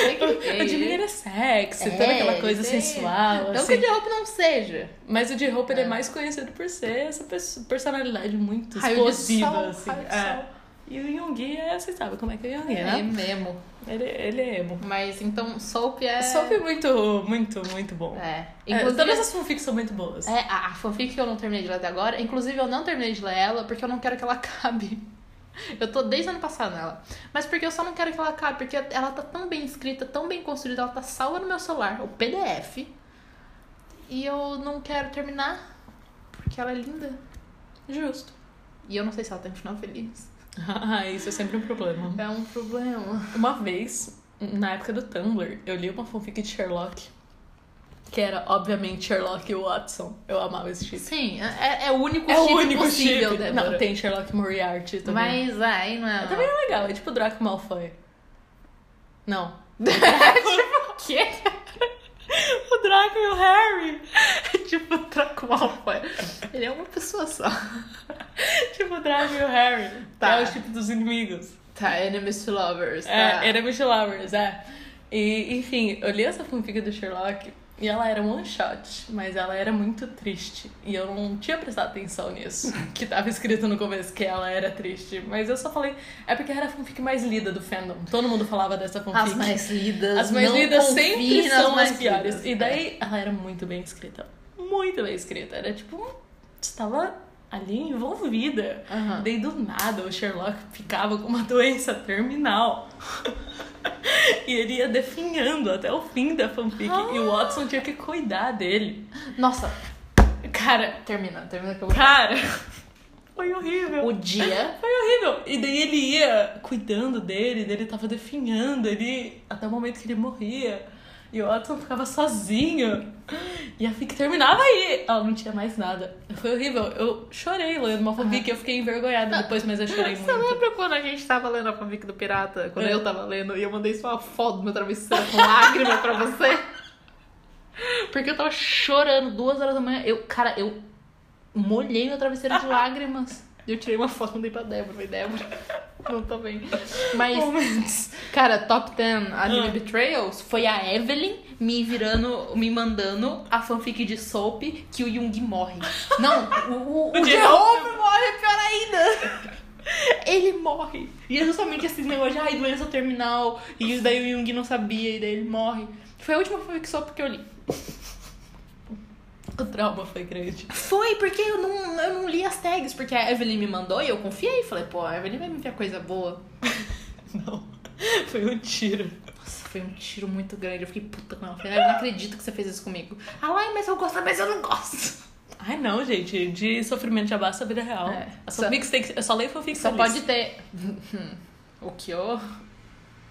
Speaker 1: Tem Kitty Gang.
Speaker 2: O de mim ele é sexy,
Speaker 1: É,
Speaker 2: toda aquela coisa
Speaker 1: ele tem.
Speaker 2: sensual.
Speaker 1: Não
Speaker 2: assim.
Speaker 1: que de roupa não seja.
Speaker 2: Mas o de roupa ele é mais conhecido por ser essa perso- personalidade muito
Speaker 1: Raio de
Speaker 2: explosiva.
Speaker 1: sol,
Speaker 2: assim.
Speaker 1: raio de
Speaker 2: É.
Speaker 1: sol.
Speaker 2: E o Yoongi é, vocês sabem como é que é o Yoongi,
Speaker 1: É
Speaker 2: né?
Speaker 1: mesmo.
Speaker 2: Ele, ele é emo.
Speaker 1: Mas então, Soap é.
Speaker 2: É. Soap é muito, muito, muito bom.
Speaker 1: É.
Speaker 2: É,
Speaker 1: Inclusive.
Speaker 2: todas as fanfics são muito boas.
Speaker 1: É, a, a fanfic que eu não terminei de ler até agora. Inclusive, eu não terminei de ler ela porque eu não quero que ela acabe. Eu tô desde o ano passado nela. Mas porque eu só não quero que ela acabe, porque ela tá tão bem escrita, tão bem construída, ela tá salva no meu celular, o PDF. E eu não quero terminar porque ela é linda.
Speaker 2: Justo.
Speaker 1: E eu não sei se ela tem um final tá feliz.
Speaker 2: Ah, isso é sempre um problema.
Speaker 1: É um problema.
Speaker 2: Uma vez na época do Tumblr, eu li uma fanfic de Sherlock. Que era, obviamente, Sherlock e Watson. Eu amava esse chip.
Speaker 1: Sim, é, é o único chip possível,
Speaker 2: chip.
Speaker 1: Débora.
Speaker 2: Não, tem Sherlock Moriarty também.
Speaker 1: Mas aí não é.
Speaker 2: Também é legal, é tipo Draco Malfoy. Não.
Speaker 1: tipo, quê?
Speaker 2: O Draco e o Harry.
Speaker 1: É tipo o Draco Malfoy. Ele é uma pessoa só.
Speaker 2: Tipo o Draco e o Harry.
Speaker 1: Tá.
Speaker 2: É o chip dos inimigos.
Speaker 1: Tá, enemies to lovers. tá.
Speaker 2: É, era Michel Lovers, é. E, enfim, eu li essa fanfic do Sherlock e ela era um one shot, mas ela era muito triste. E eu não tinha prestado atenção nisso, que tava escrito no começo que ela era triste. Mas eu só falei, é porque era a fanfic mais lida do fandom. Todo mundo falava dessa fanfic.
Speaker 1: As mais lidas.
Speaker 2: As mais
Speaker 1: não
Speaker 2: lidas
Speaker 1: confie
Speaker 2: sempre
Speaker 1: nas
Speaker 2: são
Speaker 1: mais
Speaker 2: as piores.
Speaker 1: lidas. é.
Speaker 2: E daí ela era muito bem escrita. Muito bem escrita. Era tipo, hum, estava ali envolvida.
Speaker 1: Aham.
Speaker 2: Daí do nada o Sherlock ficava com uma doença terminal. e ele ia definhando até o fim da fanfic. E o Watson tinha que cuidar dele.
Speaker 1: Nossa,
Speaker 2: Cara,
Speaker 1: termina, termina que eu vou.
Speaker 2: cara. Foi horrível.
Speaker 1: O dia.
Speaker 2: Foi horrível. E daí ele ia cuidando dele, daí ele tava definhando ele até o momento que ele morria. E o Watson ficava sozinho. E a fic terminava aí. Ela não tinha mais nada. Foi horrível. Eu chorei lendo uma fanfic. Eu fiquei envergonhada depois, mas eu chorei
Speaker 1: Você
Speaker 2: muito.
Speaker 1: lembra quando a gente tava lendo a fanfic do Pirata? Quando
Speaker 2: É.
Speaker 1: eu tava lendo e eu mandei só uma foto do meu travesseiro com lágrima pra você? Porque eu tava chorando duas horas da manhã. Eu, cara, eu molhei meu travesseiro de lágrimas. E Eu tirei uma foto e mandei pra Débora. Falei, Débora, não tô bem. Mas, cara, top 10 anime
Speaker 2: Ah.
Speaker 1: betrayals foi a Evelyn me virando, me mandando a fanfic de Soap que o Jung morre. Não, o, o, o
Speaker 2: O
Speaker 1: Jerome morre, pior ainda. Ele morre. E é justamente esse negócio de ai, doença terminal. E daí o Jung não sabia, e daí ele morre. Foi a última fanfic Soap que eu li.
Speaker 2: O trauma foi grande.
Speaker 1: Foi, porque eu não, eu não li as tags, porque a Evelyn me mandou e eu confiei. Falei, pô, a Evelyn vai me enviar coisa boa.
Speaker 2: Não. Foi um tiro.
Speaker 1: Nossa, foi um tiro muito grande. Eu fiquei puta com ela. Falei, eu não acredito que você fez isso comigo. Ah, ai, mas eu gosto, mas eu não gosto.
Speaker 2: Ai não, gente. De sofrimento já basta a vida real.
Speaker 1: É.
Speaker 2: As
Speaker 1: Só-
Speaker 2: fanfics tem que. Eu só leio fanfic
Speaker 1: Só
Speaker 2: feliz.
Speaker 1: pode ter. O que eu.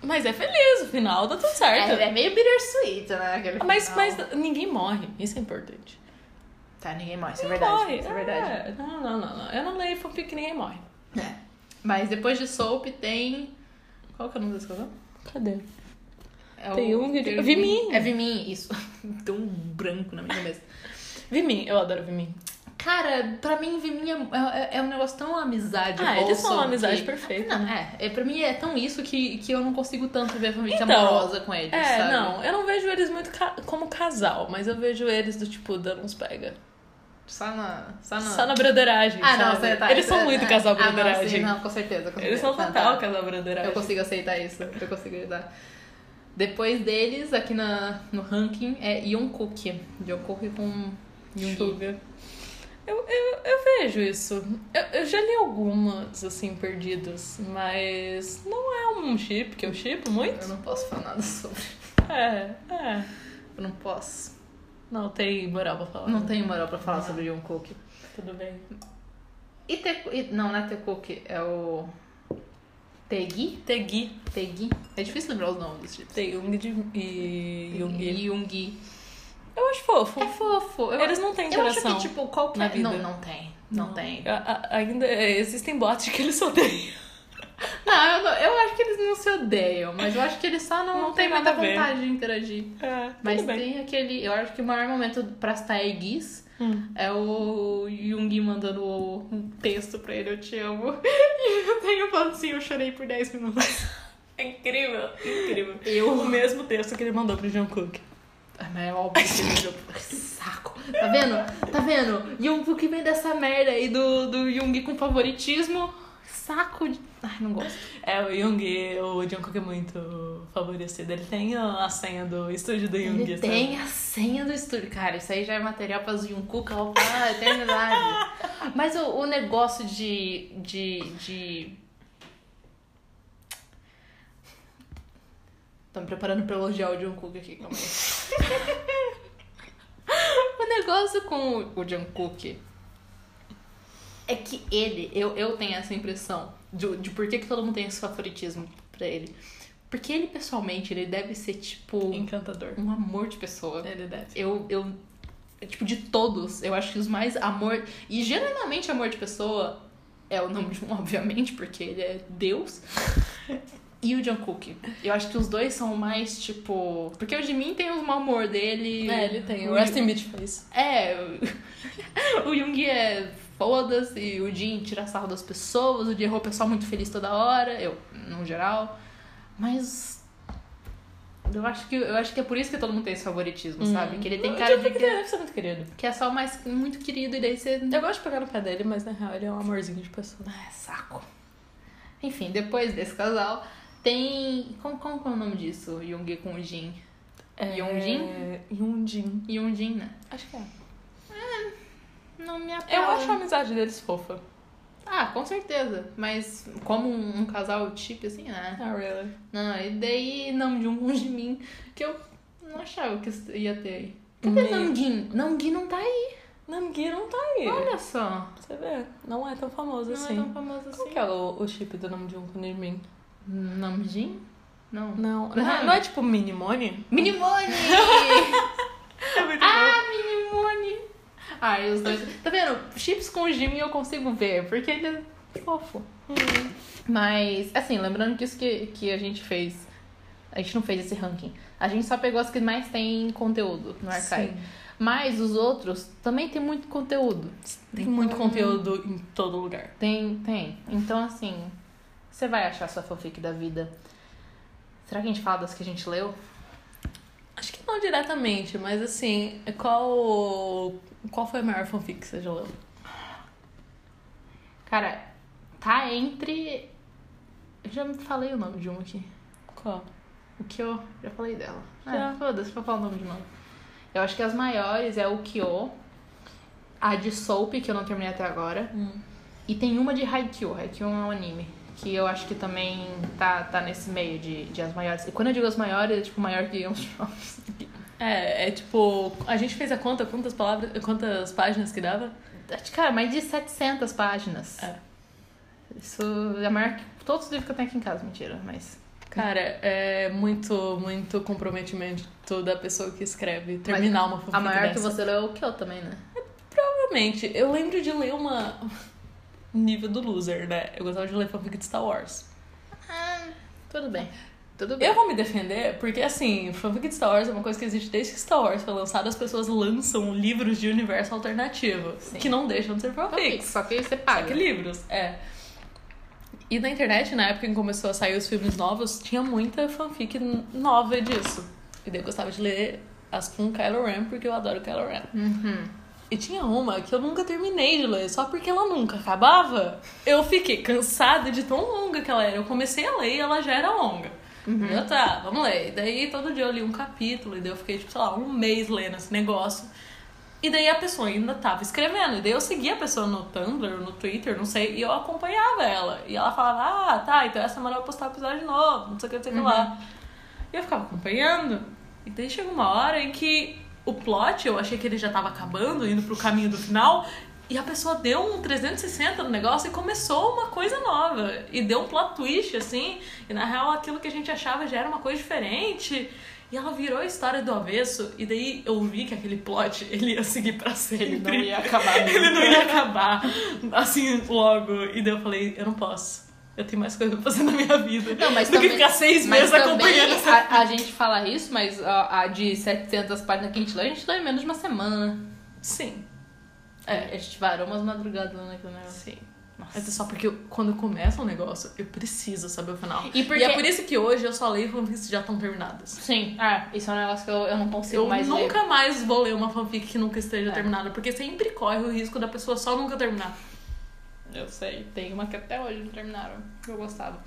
Speaker 2: Mas é feliz, o final dá tudo certo.
Speaker 1: É, é meio bittersweet, né? Aquele
Speaker 2: Mas,
Speaker 1: final.
Speaker 2: mas ninguém morre, isso é importante.
Speaker 1: Tá, ninguém morre, isso é
Speaker 2: Ninguém
Speaker 1: verdade.
Speaker 2: morre.
Speaker 1: Isso é verdade.
Speaker 2: É, Não, não, não, não. Eu não leio fanfic que ninguém morre.
Speaker 1: É. Mas depois de Soap tem. Qual que é o nome desse canal?
Speaker 2: Cadê?
Speaker 1: É o-
Speaker 2: Tem um que-
Speaker 1: tem o
Speaker 2: Vimin.
Speaker 1: É Vimin, isso. tem um branco na minha cabeça.
Speaker 2: Vimin, eu adoro Vimin.
Speaker 1: Cara, pra mim, Vimin é, é, é um negócio tão amizade.
Speaker 2: Ah, eles são
Speaker 1: wholesome
Speaker 2: uma amizade
Speaker 1: que-
Speaker 2: perfeita.
Speaker 1: Não, é, é. Pra mim é tão isso que, que eu não consigo tanto ver a família
Speaker 2: Então,
Speaker 1: amorosa com eles,
Speaker 2: É,
Speaker 1: sabe?
Speaker 2: não, eu não vejo eles muito ca- como casal, mas eu vejo eles do tipo, dando uns pega.
Speaker 1: Só na. Só na.
Speaker 2: Só na broderagem.
Speaker 1: Ah, não,
Speaker 2: sabe?
Speaker 1: você tá.
Speaker 2: Eles são
Speaker 1: você-
Speaker 2: muito
Speaker 1: é.
Speaker 2: casal
Speaker 1: ah, não, sim,
Speaker 2: broderagem.
Speaker 1: não, com certeza. Com
Speaker 2: Eles
Speaker 1: certeza.
Speaker 2: são
Speaker 1: Tá,
Speaker 2: total
Speaker 1: tá.
Speaker 2: casal broderagem.
Speaker 1: Eu consigo aceitar isso. Eu consigo ajudar. Depois deles, aqui na, no ranking, é Jungkook. Jungkook com Jung.
Speaker 2: Chuva. Eu, eu, eu vejo isso. Eu, eu já li algumas, assim, perdidas, mas não é um chip que eu chipo muito.
Speaker 1: Eu não posso falar nada sobre.
Speaker 2: É, é.
Speaker 1: Eu não posso.
Speaker 2: Não tem moral pra falar.
Speaker 1: Não tenho moral pra falar sobre Jungkook.
Speaker 2: Tudo bem.
Speaker 1: E te... e- Não, não é Tecook, é o. Tegui?
Speaker 2: Tegui.
Speaker 1: Tegui? É difícil lembrar os nomes desse tipo.
Speaker 2: Tem Jung de- e Jung.
Speaker 1: Yungi.
Speaker 2: Eu acho fofo.
Speaker 1: É fofo. Eu,
Speaker 2: Eles não têm
Speaker 1: eu acho
Speaker 2: interação.
Speaker 1: que, tipo, qualquer.
Speaker 2: na vida.
Speaker 1: Não, não tem. Não, tem.
Speaker 2: A- a- ainda é, existem bots de que eles só têm.
Speaker 1: Não eu, não- eu acho que eles não se odeiam, mas eu acho que eles só não,
Speaker 2: Não
Speaker 1: não têm
Speaker 2: tem
Speaker 1: muita
Speaker 2: nada a ver.
Speaker 1: vontade de interagir.
Speaker 2: É, tudo
Speaker 1: Mas
Speaker 2: bem.
Speaker 1: tem aquele. Eu acho que o maior momento pras taeguis
Speaker 2: Hum.
Speaker 1: é o Jung mandando o- um texto pra ele, eu te amo. E eu tenho falando assim, eu chorei por 10 minutos.
Speaker 2: É incrível, incrível.
Speaker 1: Eu.
Speaker 2: O mesmo texto que ele mandou pro Jungkook.
Speaker 1: Ah, mas é óbvio que ele olhou pra- Que saco. Tá vendo? Tá vendo? Jung que vem dessa merda aí do, do Jung com favoritismo. Saco de. Ai, não gosto.
Speaker 2: É, o Jung, o Jungkook é muito favorecido. Ele tem a a senha do estúdio do Jung.
Speaker 1: Ele
Speaker 2: um sabe?
Speaker 1: tem a senha do estúdio, cara. Isso aí já é material pra Jungkook roubar a eternidade. Mas o, o negócio de. de. de. Tô me preparando pra elogiar o Jungkook aqui, calma aí. o negócio com o Jungkook é que ele, eu, eu tenho essa impressão de, de por que, que todo mundo tem esse favoritismo pra ele. Porque ele, pessoalmente, ele deve ser, tipo,
Speaker 2: Encantador.
Speaker 1: um amor de pessoa.
Speaker 2: Ele deve.
Speaker 1: Eu, eu, tipo, de todos, eu acho que os mais amor. E genuinamente amor de pessoa é o nome de um, obviamente, porque ele é Deus. E o Jungkook. Eu acho que os dois são mais, tipo. Porque o Jimin tem o mau humor dele.
Speaker 2: É, ele tem. O Resting Beach fez.
Speaker 1: É, o- o Jung é foda-se, o Jin tira sarro das pessoas, o Jiro é o pessoal muito feliz toda hora, eu, no geral. Mas eu acho que eu acho que é por isso que todo mundo tem esse favoritismo,
Speaker 2: Uhum.
Speaker 1: sabe? Que ele tem cara de
Speaker 2: que
Speaker 1: que,
Speaker 2: deve ser muito querido.
Speaker 1: que é só mais muito querido e daí você
Speaker 2: Eu gosto de pegar no pé dele, mas na real ele é um amorzinho de pessoa.
Speaker 1: ah, saco. Enfim, depois desse casal tem como, como que é o nome disso? Jung com o Jin. Yonjin?
Speaker 2: Yonjin.
Speaker 1: Jung Jin, né?
Speaker 2: É. Acho que é.
Speaker 1: Não me
Speaker 2: Eu
Speaker 1: apela.
Speaker 2: acho a amizade deles fofa.
Speaker 1: Ah, com certeza. Mas como um, um casal tipo assim, né?
Speaker 2: Ah, really?
Speaker 1: Não, e daí Namjoon de um longe de mim, que eu não achava que isso ia ter aí. Cadê
Speaker 2: Meio.
Speaker 1: Namgin? Namgin não tá aí.
Speaker 2: Namgui não tá aí.
Speaker 1: Olha só.
Speaker 2: Você vê, não é tão famoso
Speaker 1: É. Não
Speaker 2: assim.
Speaker 1: é tão famoso
Speaker 2: Qual
Speaker 1: assim.
Speaker 2: que é o, o chip do nome de um com Jimin?
Speaker 1: Namjin? é? Não.
Speaker 2: Não,
Speaker 1: Ah.
Speaker 2: não, não é tipo Minimone?
Speaker 1: Minimone!
Speaker 2: É muito
Speaker 1: ah, Minimone! Ah, e os dois. Tá vendo? Chips com o Jimmy eu consigo ver, porque ele é fofo. Mas, assim, lembrando que isso que, que a gente fez. A gente não fez esse ranking. A gente só pegou as que mais tem conteúdo no archive. Mas os outros também tem muito conteúdo.
Speaker 2: Tem muito conteúdo em todo lugar.
Speaker 1: Tem, tem. Então, assim, você vai achar sua fanfic da vida. Será que a gente fala das que a gente leu?
Speaker 2: Acho que não diretamente, mas assim, qual qual foi a maior fanfic que você já leu?
Speaker 1: Cara, tá entre. Eu já falei o nome de uma aqui.
Speaker 2: Qual?
Speaker 1: O Kyo, já falei dela.
Speaker 2: Já.
Speaker 1: Ah, foda-se, vou falar o nome de novo. Eu acho que as maiores é o Kyo, a de Soap, que eu não terminei até agora,
Speaker 2: Hum.
Speaker 1: e tem uma de Haikyuu. Haikyuu é um anime, que eu acho que também tá, tá nesse meio de, de as maiores. E quando eu digo as maiores, é tipo maior que Game of Thrones.
Speaker 2: É, é tipo, a gente fez a conta quantas palavras, quantas páginas que dava?
Speaker 1: Acho que, Cara, mais de 700 páginas.
Speaker 2: É.
Speaker 1: Isso é maior que todos os livros que eu tenho aqui em casa, mentira, mas...
Speaker 2: Cara, é muito, muito comprometimento da pessoa que escreve terminar uma fanfic
Speaker 1: A maior que
Speaker 2: dessa.
Speaker 1: você leu é o Kyo também, né?
Speaker 2: Provavelmente, eu lembro de ler uma nível do loser, né? Eu gostava de ler fanfic de Star Wars.
Speaker 1: Tudo bem, tudo bem.
Speaker 2: Ah, Eu vou me defender, porque assim, fanfic de Star Wars é uma coisa que existe desde que Star Wars foi lançado, as pessoas lançam livros de universo alternativo,
Speaker 1: Sim.
Speaker 2: que não deixam de ser
Speaker 1: Fanfic,
Speaker 2: fanfics.
Speaker 1: só que você paga.
Speaker 2: Só que livros, é. E na internet, na época em que começou a sair os filmes novos, tinha muita fanfic n- nova disso. E daí eu gostava de ler as com Kylo Ren, porque eu adoro Kylo Ren.
Speaker 1: Uhum.
Speaker 2: E tinha uma que eu nunca terminei de ler, só porque ela nunca acabava. Eu fiquei cansada de tão longa que ela era. Eu comecei a ler e ela já era longa. Eu tá, vamos ler. E daí todo dia eu li um capítulo, e daí eu fiquei, tipo, sei lá, um mês lendo esse negócio. E daí a pessoa ainda tava escrevendo. E daí eu seguia a pessoa no Tumblr, no Twitter, não sei, e eu acompanhava ela. E ela falava, ah, tá, então essa semana eu vou postar um episódio novo, não sei o que, não sei o que lá. E eu ficava acompanhando. E daí chegou uma hora em que o plot, eu achei que ele já tava acabando, indo pro caminho do final. E a pessoa deu um 360 no negócio e começou uma coisa nova. E deu um plot twist, assim. E na real, aquilo que a gente achava já era uma coisa diferente. E ela virou a história do avesso. E daí eu vi que aquele plot, ele ia seguir pra sempre.
Speaker 1: Ele não ia acabar nunca.
Speaker 2: Ele não ia acabar, assim, logo. E daí eu falei, eu não posso. Eu tenho mais coisa pra fazer na minha vida.
Speaker 1: Não, mas
Speaker 2: do
Speaker 1: também-
Speaker 2: que ficar seis
Speaker 1: Mas
Speaker 2: meses
Speaker 1: também
Speaker 2: acompanhando essa
Speaker 1: a, a gente fala isso, mas a, a de 700 páginas que a gente leu, a gente leu em menos de uma semana.
Speaker 2: Sim,
Speaker 1: É, assim, a gente varou umas madrugadas naquele negócio.
Speaker 2: sim. Mas é só porque eu- quando começa um negócio, eu preciso saber o final.
Speaker 1: E porque-
Speaker 2: é por isso que hoje eu só leio fanfics que já estão terminadas.
Speaker 1: Sim, ah, isso é um negócio que eu, eu não consigo
Speaker 2: Eu
Speaker 1: mais É. ler.
Speaker 2: nunca mais vou ler uma fanfic que nunca esteja terminada, porque sempre corre o risco da pessoa só nunca terminar.
Speaker 1: Eu sei, tem uma que até hoje não terminaram, que eu gostava.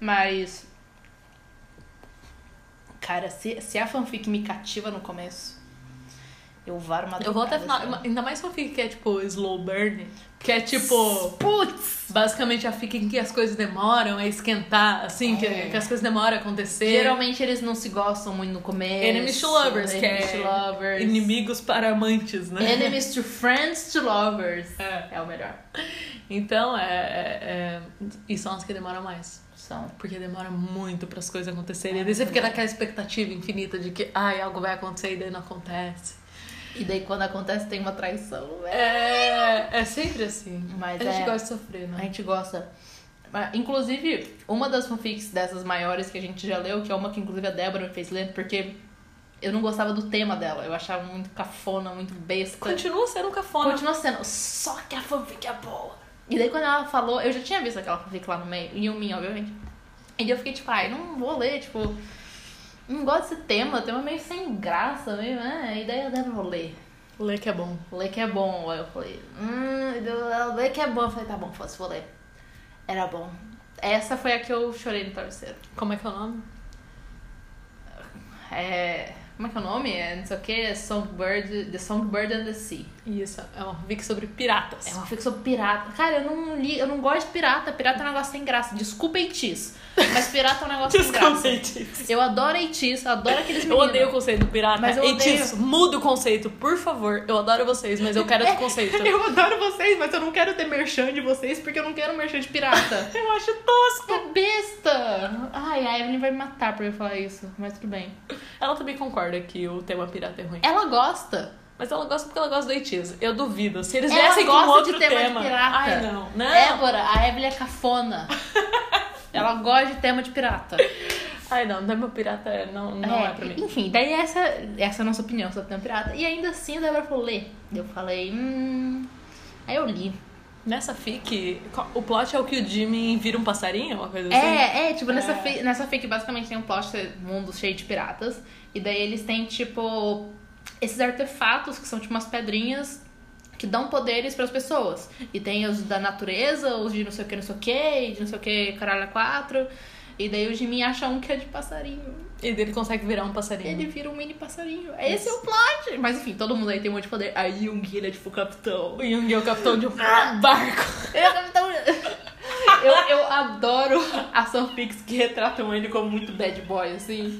Speaker 1: Mas. Cara, se, se a fanfic me cativa no começo, eu varo assim. uma
Speaker 2: Eu vou até final. Ainda mais fanfic que é tipo slow burn, que é tipo.
Speaker 1: Putz!
Speaker 2: Basicamente a fica em que as coisas demoram a esquentar, assim,
Speaker 1: É.
Speaker 2: que, que as coisas demoram a acontecer.
Speaker 1: Geralmente eles não se gostam muito no começo.
Speaker 2: Enemies to lovers, que
Speaker 1: Enemies to
Speaker 2: é
Speaker 1: lovers.
Speaker 2: inimigos para amantes, né?
Speaker 1: Enemies to friends to lovers.
Speaker 2: É.
Speaker 1: É o melhor.
Speaker 2: Então, é, é, é- E são as que demoram mais.
Speaker 1: são.
Speaker 2: Porque demora muito para as coisas
Speaker 1: É.
Speaker 2: acontecerem. E daí você fica naquela expectativa infinita de que ai, algo vai acontecer e daí não acontece.
Speaker 1: E daí quando acontece tem uma traição, né?
Speaker 2: É, é sempre assim.
Speaker 1: Mas
Speaker 2: a gente
Speaker 1: é-
Speaker 2: gosta de sofrer,
Speaker 1: A
Speaker 2: né?
Speaker 1: gente gosta. Ah, Inclusive, uma das fanfics dessas maiores que a gente já leu, que é uma que inclusive a Débora me fez ler, porque eu não gostava do tema dela. Eu achava muito cafona, muito besta.
Speaker 2: Continua sendo um cafona.
Speaker 1: Continua sendo, só que a fanfic é boa. E daí quando ela falou, eu já tinha visto aquela fanfic lá no meio, em Yumin, obviamente. E daí eu fiquei tipo, ai, não vou ler, tipo, não gosto desse tema, tema é meio sem graça mesmo, né? E daí eu devo ler.
Speaker 2: Lê que é bom.
Speaker 1: Ler que é bom. Aí eu falei, hum, e daí eu- ler que é bom. Eu falei, tá bom, fosse, vou ler. Era bom. Essa foi a que eu chorei no travesseiro.
Speaker 2: Como é que é o nome?
Speaker 1: É. Como é que é o nome? É não sei o que, Songbird, The Songbird and the Sea.
Speaker 2: Isso, é uma Vic sobre piratas.
Speaker 1: É uma fic sobre pirata. Cara, eu não li, eu não gosto de pirata. Pirata é um negócio sem graça. Desculpa Eitis. Mas pirata é um negócio sem graça.
Speaker 2: Desconceito.
Speaker 1: Eu adoro Eitis, eu adoro aqueles
Speaker 2: Eu
Speaker 1: meninos.
Speaker 2: odeio o conceito do pirata.
Speaker 1: Mas eu
Speaker 2: E
Speaker 1: odeio.
Speaker 2: disso, muda o conceito, por favor. Eu adoro vocês, mas eu quero outro conceito.
Speaker 1: Eu adoro vocês, mas eu não quero ter merchan de vocês porque eu não quero merchan de pirata.
Speaker 2: Eu acho tosco.
Speaker 1: É besta! Ai, a Evelyn vai me matar por eu falar isso, mas tudo bem.
Speaker 2: Ela também concorda que o tema pirata é ruim.
Speaker 1: Ela gosta.
Speaker 2: Mas ela gosta porque ela gosta do Eitis. Eu duvido. Se eles
Speaker 1: Ela
Speaker 2: viessem com
Speaker 1: gosta de
Speaker 2: outro
Speaker 1: tema de pirata. É.
Speaker 2: Ai, não. Não.
Speaker 1: Débora, a Evelyn é cafona. Ela gosta de tema de pirata.
Speaker 2: Ai, não. Tema pirata é- não, não é. pra mim.
Speaker 1: Enfim, daí essa, essa é a nossa opinião sobre Tempo Pirata. E ainda assim a Débora falou ler. Eu falei, hum. Aí eu li.
Speaker 2: Nessa fic, o plot é o que o Jimmy vira um passarinho, uma coisa assim?
Speaker 1: É, é, tipo, nessa,
Speaker 2: É.
Speaker 1: Fi, nessa fic basicamente tem um plot mundo cheio de piratas. E daí eles têm, tipo, esses artefatos que são tipo umas pedrinhas que dão poderes pras pessoas. E tem os da natureza, os de não sei o que, não sei o que, de não sei o que, caralho, a quatro. E daí o Jimmy acha um que é de passarinho.
Speaker 2: E ele consegue virar um passarinho.
Speaker 1: Ele vira um mini passarinho. Esse é o plot. Mas enfim, todo mundo aí tem um monte de poder. A Jung, ele é tipo o capitão.
Speaker 2: O Jung é o capitão de um barco.
Speaker 1: Ele é o capitão. Eu, eu adoro as fanfics que retratam ele como muito bad boy, assim.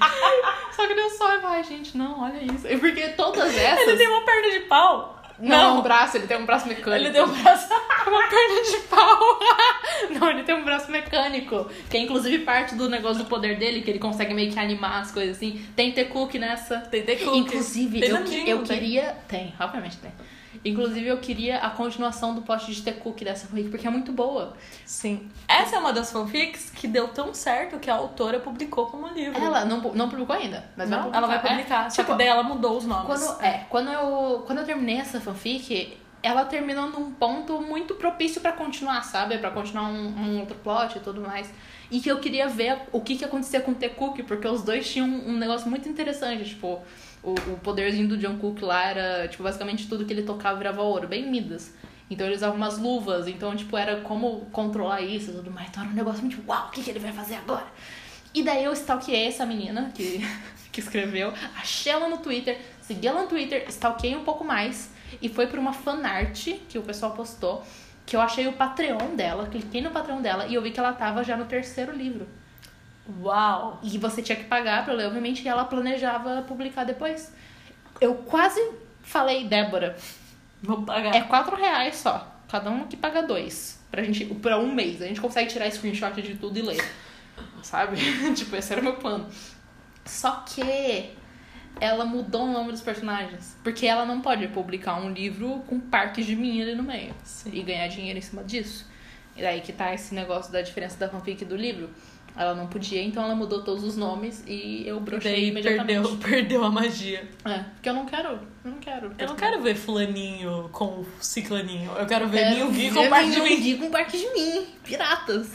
Speaker 1: Só que deu só e vai, gente, não, olha isso. E Porque todas
Speaker 2: Ele
Speaker 1: essas.
Speaker 2: tem uma perna de pau.
Speaker 1: Não, um braço, ele tem um braço mecânico.
Speaker 2: Ele deu um braço.
Speaker 1: uma perna de pau. Não, ele tem um braço mecânico. Que é inclusive parte do negócio do poder dele, que ele consegue meio que animar as coisas assim. Tem ter cookie nessa.
Speaker 2: Tem The Cook.
Speaker 1: Inclusive,
Speaker 2: Tem
Speaker 1: eu,
Speaker 2: na
Speaker 1: que-
Speaker 2: Jing,
Speaker 1: eu
Speaker 2: não tem?
Speaker 1: queria. Tem, obviamente tem. Inclusive, eu queria a continuação do post de The Cook dessa fanfic, porque é muito boa.
Speaker 2: Sim. Essa é uma das fanfics que deu tão certo que a autora publicou como livro.
Speaker 1: Ela não, pu- não publicou ainda, mas
Speaker 2: Não,
Speaker 1: vai publicar.
Speaker 2: ela vai publicar.
Speaker 1: É,
Speaker 2: Só
Speaker 1: tipo,
Speaker 2: que daí ela mudou os nomes.
Speaker 1: quando, é, quando, eu, quando eu terminei essa fanfic, ela terminou num ponto muito propício pra continuar, sabe? Pra continuar um, um outro plot e tudo mais. E que eu queria ver o que, que acontecia com o The Cook, porque os dois tinham um um negócio muito interessante, tipo. O, o poderzinho do John Cook lá era, tipo, basicamente tudo que ele tocava virava ouro, bem Midas. Então ele usava umas luvas, então, tipo, era como controlar isso e tudo mais. Então era um negócio muito, uau, o que, que ele vai fazer agora? E daí eu stalkeei essa menina que, que escreveu, achei ela no Twitter, segui ela no Twitter, stalkeei um pouco mais e foi pra uma fanart que o pessoal postou, que eu achei o Patreon dela, cliquei no Patreon dela e eu vi que ela tava já no terceiro livro.
Speaker 2: Uau!
Speaker 1: E você tinha que pagar pra ler, obviamente, e ela planejava publicar depois. Eu quase falei, Débora,
Speaker 2: Vamos pagar.
Speaker 1: é 4 reais só. Cada um que paga dois. Pra gente. Pra um mês. A gente consegue tirar screenshot de tudo e ler. Sabe? tipo, esse era o meu plano. Só que ela mudou o nome dos personagens. Porque ela não pode publicar um livro com parques de mim ali no meio.
Speaker 2: Sim.
Speaker 1: E ganhar dinheiro em cima disso. E daí que tá esse negócio da diferença da fanfic e do livro. Ela não podia, então ela mudou todos os nomes e eu
Speaker 2: E daí
Speaker 1: brochei
Speaker 2: perdeu,
Speaker 1: imediatamente.
Speaker 2: perdeu a magia.
Speaker 1: É, porque eu não quero. Eu não quero.
Speaker 2: Eu não quero ver fulaninho com ciclaninho. Eu quero ver
Speaker 1: Quero
Speaker 2: Ninho Gui
Speaker 1: ver
Speaker 2: com parte de
Speaker 1: Ninho
Speaker 2: mim.
Speaker 1: Gui com parte de mim. Piratas.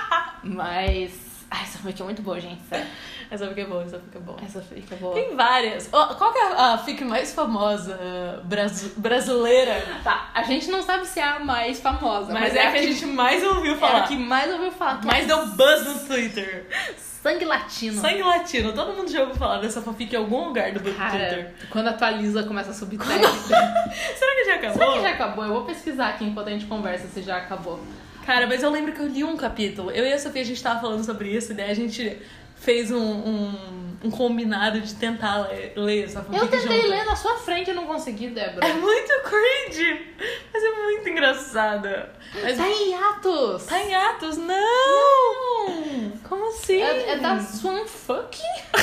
Speaker 1: Mas. Ai, essa fanfic é muito boa, gente. Sério.
Speaker 2: Essa fica boa, essa fica boa.
Speaker 1: Essa fanfic é boa.
Speaker 2: Tem várias. Ó, Qual que é a fic mais famosa bras- brasileira?
Speaker 1: Tá, a gente não sabe se é a mais famosa,
Speaker 2: Mas é a que a gente mais ouviu
Speaker 1: é
Speaker 2: falar.
Speaker 1: a que mais ouviu falar. que
Speaker 2: mais
Speaker 1: é
Speaker 2: deu buzz no Twitter.
Speaker 1: Sangue latino.
Speaker 2: Sangue latino. Todo mundo já ouviu falar dessa fanfic em algum lugar do Twitter.
Speaker 1: Cara, quando atualiza, começa a subir teste.
Speaker 2: Será que já acabou?
Speaker 1: Será que já acabou? Eu vou pesquisar aqui enquanto a gente conversa se já acabou. Um
Speaker 2: Cara, mas eu lembro que eu li um capítulo. Eu e a Sofia, a gente tava falando sobre isso, e daí a gente fez um, um, um combinado de tentar le- ler essa fanfic
Speaker 1: Eu tentei
Speaker 2: junto.
Speaker 1: ler na sua frente e não consegui, Débora.
Speaker 2: É muito cringe, mas é muito engraçada. Mas
Speaker 1: Tá em hiatos.
Speaker 2: tá em atos, não! Como assim?
Speaker 1: É, é da Swanfuck?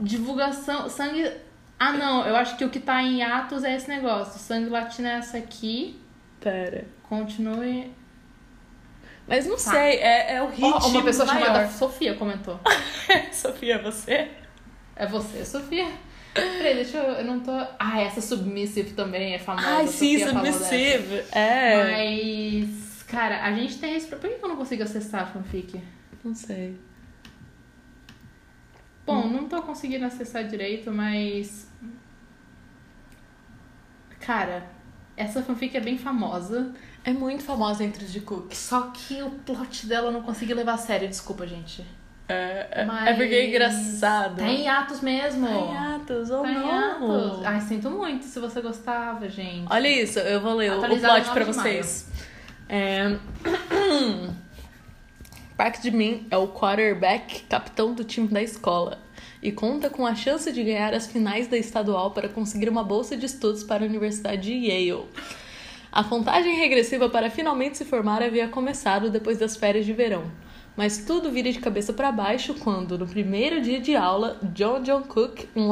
Speaker 1: Divulgação. Sangue. Ah, não. Eu acho que o que tá em atos é esse negócio. Sangue latino é essa aqui.
Speaker 2: Pera.
Speaker 1: Continue.
Speaker 2: Mas não sei, é, é o hit
Speaker 1: Tá. Ó, uma pessoa
Speaker 2: maior.
Speaker 1: chamada Sofia comentou.
Speaker 2: Sofia, você?
Speaker 1: É você, Sofia. Peraí, deixa eu. Eu não tô. Ah, essa Submissive também é famosa.
Speaker 2: Ai,
Speaker 1: a
Speaker 2: sim,
Speaker 1: Sofia falou dessa.
Speaker 2: submissive. É.
Speaker 1: Mas. Cara, a gente tem esse. Por que que eu não consigo acessar a fanfic?
Speaker 2: Não sei.
Speaker 1: Bom, não tô conseguindo acessar direito, mas. Cara, essa fanfic é bem famosa.
Speaker 2: É muito famosa entre os de Cook.
Speaker 1: Só que o plot dela eu não consegui levar a sério, desculpa, gente.
Speaker 2: É, é-
Speaker 1: Mas-
Speaker 2: é porque é engraçado.
Speaker 1: Tá em atos mesmo.
Speaker 2: Tá em atos, ou
Speaker 1: Tá em
Speaker 2: não.
Speaker 1: atos. Ai, sinto muito se você gostava, gente.
Speaker 2: Olha isso, eu vou ler o- o
Speaker 1: Atualizado
Speaker 2: plot pra
Speaker 1: 9 de maio.
Speaker 2: vocês. É... Park de Min é o quarterback, capitão do time da escola, e conta com a chance de ganhar as finais da estadual para conseguir uma bolsa de estudos para a Universidade de Yale. A contagem regressiva para finalmente se formar havia começado depois das férias de verão. Mas tudo vira de cabeça para baixo quando, no primeiro dia de aula, John John Cook, um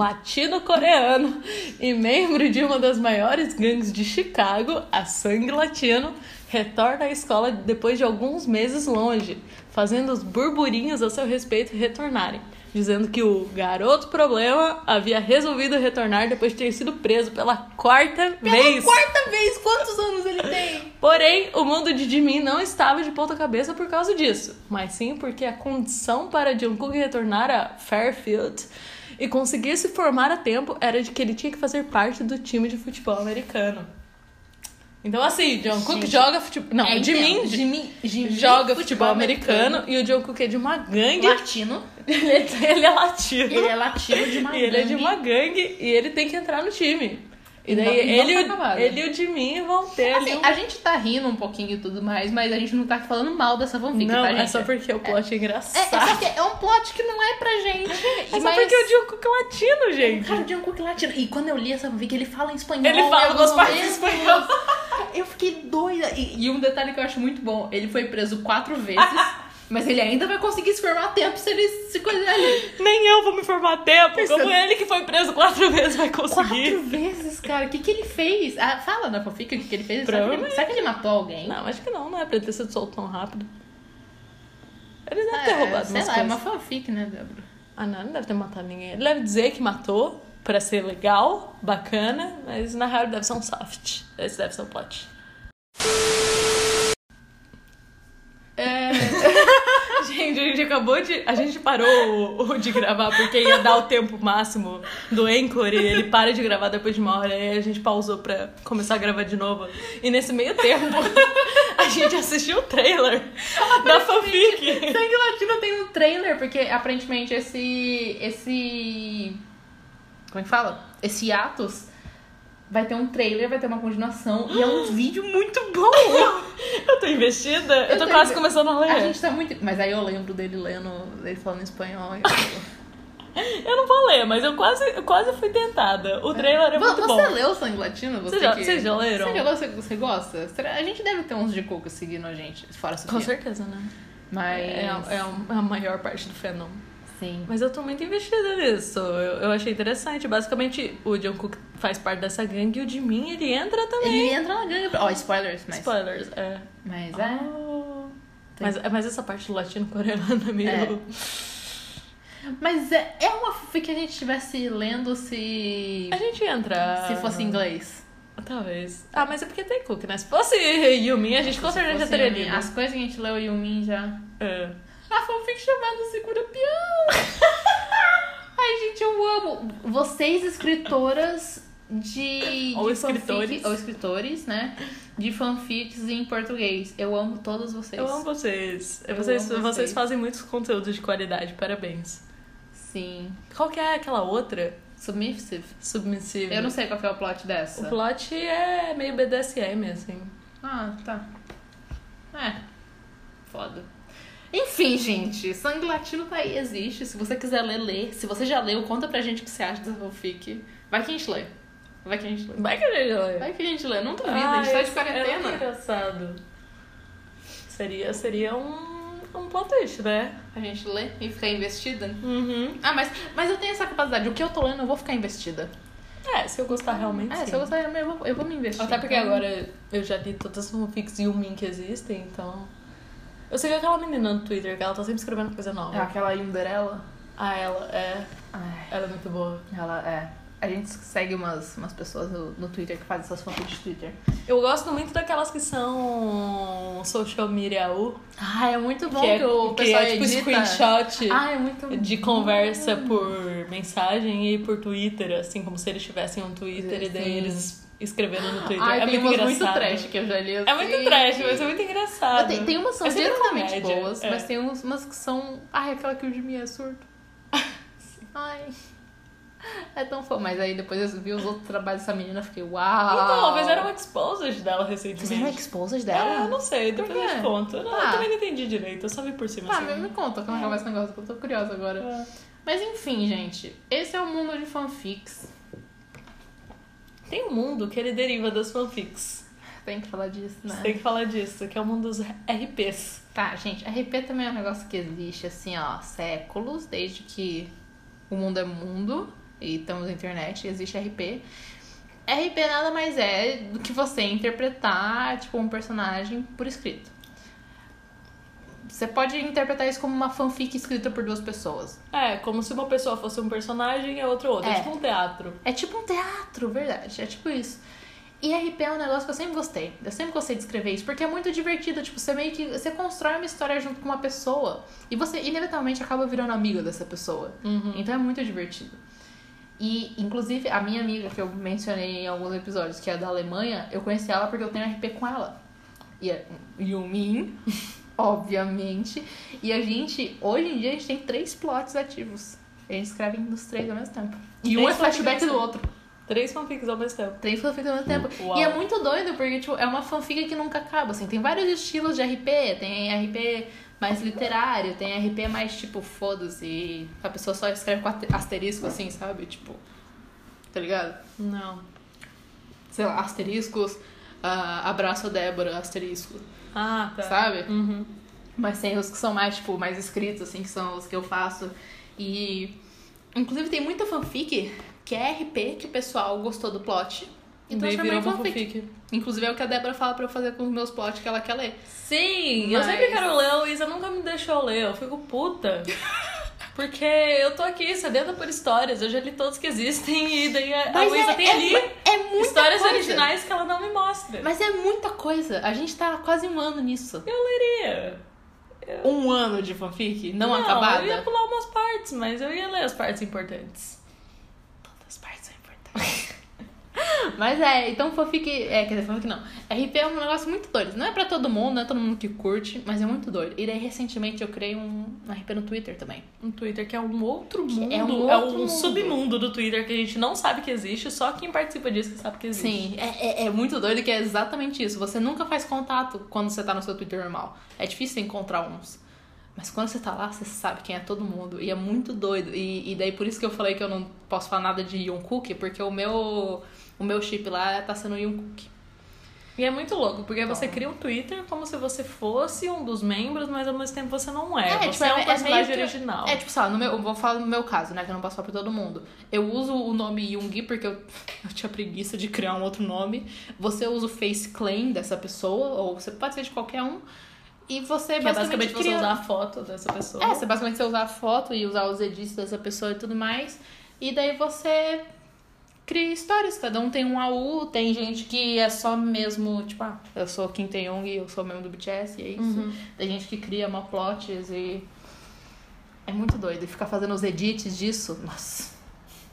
Speaker 2: latino-coreano e membro de uma das maiores gangues de Chicago, a Sangue Latino, retorna à escola depois de alguns meses longe, fazendo os burburinhos a seu respeito retornarem, dizendo que o garoto problema havia resolvido retornar depois de ter sido preso pela quarta vez.
Speaker 1: Quarta vez, quantos anos ele tem?
Speaker 2: Porém, o mundo de Jimin não estava de ponta cabeça por causa disso, mas sim porque a condição para Jungkook retornar a Fairfield e conseguir se formar a tempo era de que ele tinha que fazer parte do time de futebol americano. Então assim, Jungkook
Speaker 1: Gente,
Speaker 2: joga futebol, não,
Speaker 1: É,
Speaker 2: o
Speaker 1: entendo.
Speaker 2: Jimin
Speaker 1: Jimin, Jimin
Speaker 2: joga futebol americano, e o Jungkook é de uma gangue,
Speaker 1: Latino.
Speaker 2: ele é latino.
Speaker 1: Ele é latino de Assim, uma
Speaker 2: E ele é de
Speaker 1: gangue.
Speaker 2: uma gangue e ele tem que entrar no time. E
Speaker 1: E não-
Speaker 2: daí
Speaker 1: e não
Speaker 2: ele,
Speaker 1: tá
Speaker 2: e o-
Speaker 1: acabado.
Speaker 2: ele e o Jimin vão ter ali
Speaker 1: Assim,
Speaker 2: um
Speaker 1: a gente tá rindo um pouquinho e tudo mais, mas a gente não tá falando mal dessa fanfic,
Speaker 2: Não,
Speaker 1: tá, gente?
Speaker 2: é só porque o plot é,
Speaker 1: É, é
Speaker 2: engraçado.
Speaker 1: só que é um plot que não é pra gente.
Speaker 2: É, só porque o Jungkook é latino, gente.
Speaker 1: Cara, o Jungkook é latino. E quando eu li essa fanfic, ele fala em espanhol.
Speaker 2: Ele
Speaker 1: em
Speaker 2: fala
Speaker 1: alguns
Speaker 2: umas partes em
Speaker 1: momentos.
Speaker 2: espanhol.
Speaker 1: Eu fiquei doida. E, e um detalhe que eu acho muito bom. Ele foi preso quatro vezes. Mas ele ainda vai conseguir se formar a tempo se ele se coisar ali.
Speaker 2: Nem eu vou me formar a tempo.
Speaker 1: Isso.
Speaker 2: Como ele que foi preso quatro vezes vai conseguir.
Speaker 1: Quatro vezes, cara. O que, que ele fez? Ah, fala na fanfic o que, que ele fez. Será que ele,
Speaker 2: Provavelmente.
Speaker 1: será que ele matou alguém?
Speaker 2: Não, acho que não, não é pra ele ter sido solto tão rápido. Ele deve
Speaker 1: Ah,
Speaker 2: ter roubado
Speaker 1: Sei
Speaker 2: umas
Speaker 1: lá, é
Speaker 2: coisas.
Speaker 1: uma fanfic, né, Débora?
Speaker 2: Ah, não, não deve ter matado ninguém. Ele deve dizer que matou pra ser legal, bacana, mas na real deve ser um soft. Esse deve ser um plot.
Speaker 1: É...
Speaker 2: Gente, a gente acabou de. A gente parou o- o de gravar porque ia dar o tempo máximo do Anchor e ele para de gravar depois de uma hora e a gente pausou pra começar a gravar de novo. E nesse meio tempo, a gente assistiu o trailer da fanfic.
Speaker 1: Sangue Latino tem um trailer, porque aparentemente esse. Esse. Como é que fala? Esse Atos vai ter um trailer, vai ter uma continuação e é um vídeo muito bom!
Speaker 2: Eu tô investida, eu tô
Speaker 1: tô
Speaker 2: quase
Speaker 1: inve-
Speaker 2: começando a
Speaker 1: A
Speaker 2: ler.
Speaker 1: gente tá muito. Mas aí eu lembro dele lendo, dele falando em espanhol. e-
Speaker 2: Eu não vou ler, mas eu quase, eu quase fui tentada. O trailer é,
Speaker 1: Vo-
Speaker 2: muito
Speaker 1: você
Speaker 2: bom.
Speaker 1: leu Sangue Latino? Você
Speaker 2: Vocês já-
Speaker 1: que...
Speaker 2: vocês já leram?
Speaker 1: Você já leu? Você, você gosta? Será- A gente deve ter uns de coco seguindo a gente, fora Sofia.
Speaker 2: Com certeza, né?
Speaker 1: Mas.
Speaker 2: É, a- é um- a- a maior parte do fenômeno.
Speaker 1: Sim.
Speaker 2: Mas eu tô muito investida nisso. Eu, eu achei interessante. Basicamente, o Jungkook faz parte dessa gangue e o Jimin, ele entra também.
Speaker 1: Ele entra na gangue. Ó, spoilers, mas.
Speaker 2: Spoilers, é.
Speaker 1: Mas é.
Speaker 2: Ah. Mas, mas essa parte do latino-coreano é meio...
Speaker 1: Mas é, é uma fanfic que a gente estivesse lendo se.
Speaker 2: A gente entra...
Speaker 1: Se fosse inglês.
Speaker 2: Talvez. Ah, mas é porque tem Cook, né? Se fosse Yumin, a gente com certeza já
Speaker 1: Fosse
Speaker 2: teria
Speaker 1: Yumin. é.
Speaker 2: lido.
Speaker 1: As coisas que a gente leu e o Min já.
Speaker 2: É.
Speaker 1: A fanfic chamada Segura Peão! Ai, gente, eu amo. Vocês, escritoras de.
Speaker 2: Ou
Speaker 1: de fanfic-
Speaker 2: escritores.
Speaker 1: ou escritores, né? De fanfics em português. Eu amo todos vocês.
Speaker 2: Eu amo vocês.
Speaker 1: Eu
Speaker 2: vocês,
Speaker 1: amo
Speaker 2: vocês.
Speaker 1: vocês.
Speaker 2: fazem muitos conteúdos de qualidade, parabéns.
Speaker 1: Sim.
Speaker 2: Qual que é aquela outra?
Speaker 1: Submissive.
Speaker 2: Submissiva.
Speaker 1: Eu não sei qual que é o plot dessa.
Speaker 2: O plot é meio BDSM, assim.
Speaker 1: Ah, tá. É. Foda. Enfim, gente, sangue latino tá aí, existe. Se você quiser ler, lê. Se você já leu, conta pra gente o que você acha dessa fanfic. Vai que a gente lê. Vai que a gente lê.
Speaker 2: Vai que a gente lê.
Speaker 1: Vai que a gente lê. Ah, Não duvido, a gente tá de
Speaker 2: É muito
Speaker 1: quarentena.
Speaker 2: engraçado. Seria, seria um, um plot twist, né?
Speaker 1: A gente lê e fica investida.
Speaker 2: Uhum.
Speaker 1: Ah, mas, mas eu tenho essa capacidade. O que eu tô lendo, eu vou ficar investida.
Speaker 2: É, se eu gostar realmente,
Speaker 1: É,
Speaker 2: sim.
Speaker 1: se eu gostar, eu vou, eu vou me investir.
Speaker 2: Até porque
Speaker 1: Então,
Speaker 2: agora eu já li todas as fanfics e o Min que existem, então... Eu sei que aquela menina no Twitter, que ela tá sempre escrevendo coisa nova.
Speaker 1: É aquela Yunderella.
Speaker 2: Ah, ela é...
Speaker 1: Ai,
Speaker 2: Ela é muito boa.
Speaker 1: ela é. A gente segue umas, umas pessoas no, no Twitter que fazem essas fotos de Twitter.
Speaker 2: Eu gosto muito daquelas que são social media U,
Speaker 1: Ah, é muito bom
Speaker 2: que,
Speaker 1: que,
Speaker 2: é,
Speaker 1: o
Speaker 2: que
Speaker 1: pessoal
Speaker 2: é tipo
Speaker 1: edita.
Speaker 2: screenshot
Speaker 1: Ah, é muito bom.
Speaker 2: de conversa por mensagem e por Twitter, assim, como se eles tivessem um Twitter e
Speaker 1: Sim.
Speaker 2: daí eles escrevendo no Twitter.
Speaker 1: Ai,
Speaker 2: é
Speaker 1: tem
Speaker 2: muito
Speaker 1: umas
Speaker 2: engraçado.
Speaker 1: muito trash que eu já li.
Speaker 2: É muito
Speaker 1: assim.
Speaker 2: trash, mas é muito engraçado.
Speaker 1: Mas Tem, tem umas que são
Speaker 2: É sempre
Speaker 1: genuinamente
Speaker 2: comédia,
Speaker 1: boas,
Speaker 2: é.
Speaker 1: mas tem uns- umas que são. Ai, aquela que o Jimmy é surdo. Ai. É tão fofo. Mas aí depois eu vi os outros trabalhos dessa menina e fiquei, uau!
Speaker 2: Então, fizeram um exposed dela
Speaker 1: Fizeram um
Speaker 2: recentemente.
Speaker 1: exposed
Speaker 2: É,
Speaker 1: dela?
Speaker 2: eu não sei,
Speaker 1: Por
Speaker 2: depois eu te
Speaker 1: quê?
Speaker 2: conto. Eu não-
Speaker 1: Tá.
Speaker 2: Eu também não entendi direito, eu só vi por cima.
Speaker 1: Tá, mas
Speaker 2: assim.
Speaker 1: me conta como é que vai esse negócio, que eu tô curiosa agora. Mas enfim, gente, esse é o mundo de fanfics.
Speaker 2: Tem um mundo que ele deriva das fanfics.
Speaker 1: Tem que falar disso, né?
Speaker 2: Você tem que falar disso, que é o mundo dos RPs.
Speaker 1: Tá, gente, RP também é um negócio que existe, assim, ó, há séculos, desde que o mundo é mundo e estamos na internet, existe RP. RP nada mais é do que você interpretar, tipo, um personagem por escrito. Você pode interpretar isso como uma fanfic escrita por duas pessoas.
Speaker 2: É, como se uma pessoa fosse um personagem e a outra outra. É
Speaker 1: É.
Speaker 2: tipo um teatro.
Speaker 1: É tipo um teatro, verdade, é tipo isso. E RP é um negócio que eu sempre gostei. Eu sempre gostei de escrever isso, porque é muito divertido. Tipo, você meio que. Você constrói uma história junto com uma pessoa. E você, inevitavelmente, acaba virando amigo dessa pessoa. Então é muito divertido. E, inclusive, a minha amiga que eu mencionei em alguns episódios, que é da Alemanha, eu conheci ela porque eu tenho RP com ela. E é Yumin, obviamente. E a gente, hoje em dia, a gente tem três plots ativos. A gente escreve nos três ao mesmo tempo. E um é
Speaker 2: Três plots
Speaker 1: flashback
Speaker 2: ao mesmo
Speaker 1: do outro.
Speaker 2: Três fanfics ao mesmo tempo.
Speaker 1: Três fanfics ao mesmo tempo.
Speaker 2: Uau.
Speaker 1: E é muito doido, porque tipo, é uma fanfic que nunca acaba. Assim, tem vários estilos de RP, tem RP mais literário, tem RP mais tipo, foda-se. A pessoa só escreve com ate- asterisco, assim, sabe? Tipo. Tá ligado?
Speaker 2: Não.
Speaker 1: Sei lá, asteriscos, ah, abraço a Débora, asterisco.
Speaker 2: Ah, tá.
Speaker 1: Sabe?
Speaker 2: Uhum.
Speaker 1: Mas tem os que são mais, tipo, mais escritos, assim, que são os que eu faço. E. Inclusive tem muita fanfic que é RP que o pessoal gostou do plot. E
Speaker 2: daí
Speaker 1: transformou
Speaker 2: virou uma
Speaker 1: em fanfic. Inclusive é o que a Débora fala pra eu fazer com os meus plots que ela quer ler.
Speaker 2: Sim, eu
Speaker 1: Mas-
Speaker 2: sempre quero ler, a Luísa nunca me deixou ler, eu fico puta. Porque eu tô aqui sedenta por histórias, eu já li todos que existem, e daí a a Luísa tem ali
Speaker 1: é, é muita
Speaker 2: histórias
Speaker 1: coisa.
Speaker 2: originais que ela não me mostra.
Speaker 1: Mas é muita coisa. A gente tá há quase um ano nisso.
Speaker 2: Eu leria.
Speaker 1: Um ano de fanfic não,
Speaker 2: Eu ia pular umas partes, mas eu ia ler as partes importantes.
Speaker 1: Todas as partes são importantes. Mas é, então fanfic. É, quer dizer, fanfic não. RP é um negócio muito doido. Não é pra todo mundo, não é todo mundo que curte, mas é muito doido. E daí recentemente eu criei um RP no Twitter também.
Speaker 2: Um Twitter que é um outro
Speaker 1: Que
Speaker 2: mundo,
Speaker 1: é um
Speaker 2: é
Speaker 1: outro
Speaker 2: um
Speaker 1: mundo.
Speaker 2: submundo do Twitter que a gente não sabe que existe, só quem participa disso que sabe que existe.
Speaker 1: Sim, é, é, é muito doido que é exatamente isso. Você nunca faz contato quando você tá no seu Twitter normal. É difícil encontrar uns. Mas quando você tá lá, você sabe quem é todo mundo. E é muito doido. E, e daí por isso que eu falei que eu não posso falar nada de Jungkook, porque o meu, o meu chip lá tá sendo Jungkook.
Speaker 2: E é muito louco, porque
Speaker 1: Então.
Speaker 2: você cria um Twitter como se você fosse um dos membros, mas ao mesmo tempo você não é.
Speaker 1: É,
Speaker 2: você
Speaker 1: tipo,
Speaker 2: é
Speaker 1: é- é
Speaker 2: um
Speaker 1: meio
Speaker 2: personagem
Speaker 1: que-
Speaker 2: original.
Speaker 1: É tipo, sei lá, no meu, eu vou falar no meu caso, né? Que eu não posso falar pra todo mundo. Eu uso o nome Jung porque eu, eu tinha preguiça de criar um outro nome. Você usa o face claim dessa pessoa, ou você pode ser de qualquer um. E você
Speaker 2: que é basicamente você
Speaker 1: cria-
Speaker 2: usar a foto dessa pessoa.
Speaker 1: É, você basicamente você usar a foto e usar os edits dessa pessoa e tudo mais. E daí você cria histórias, cada um tem um AU, tem gente que é só mesmo, tipo, ah, eu sou Kim Tae-yong e eu sou membro do BTS, e é isso.
Speaker 2: Uhum.
Speaker 1: Tem gente que cria uma plots e é muito doido. E ficar fazendo os edits disso, nossa,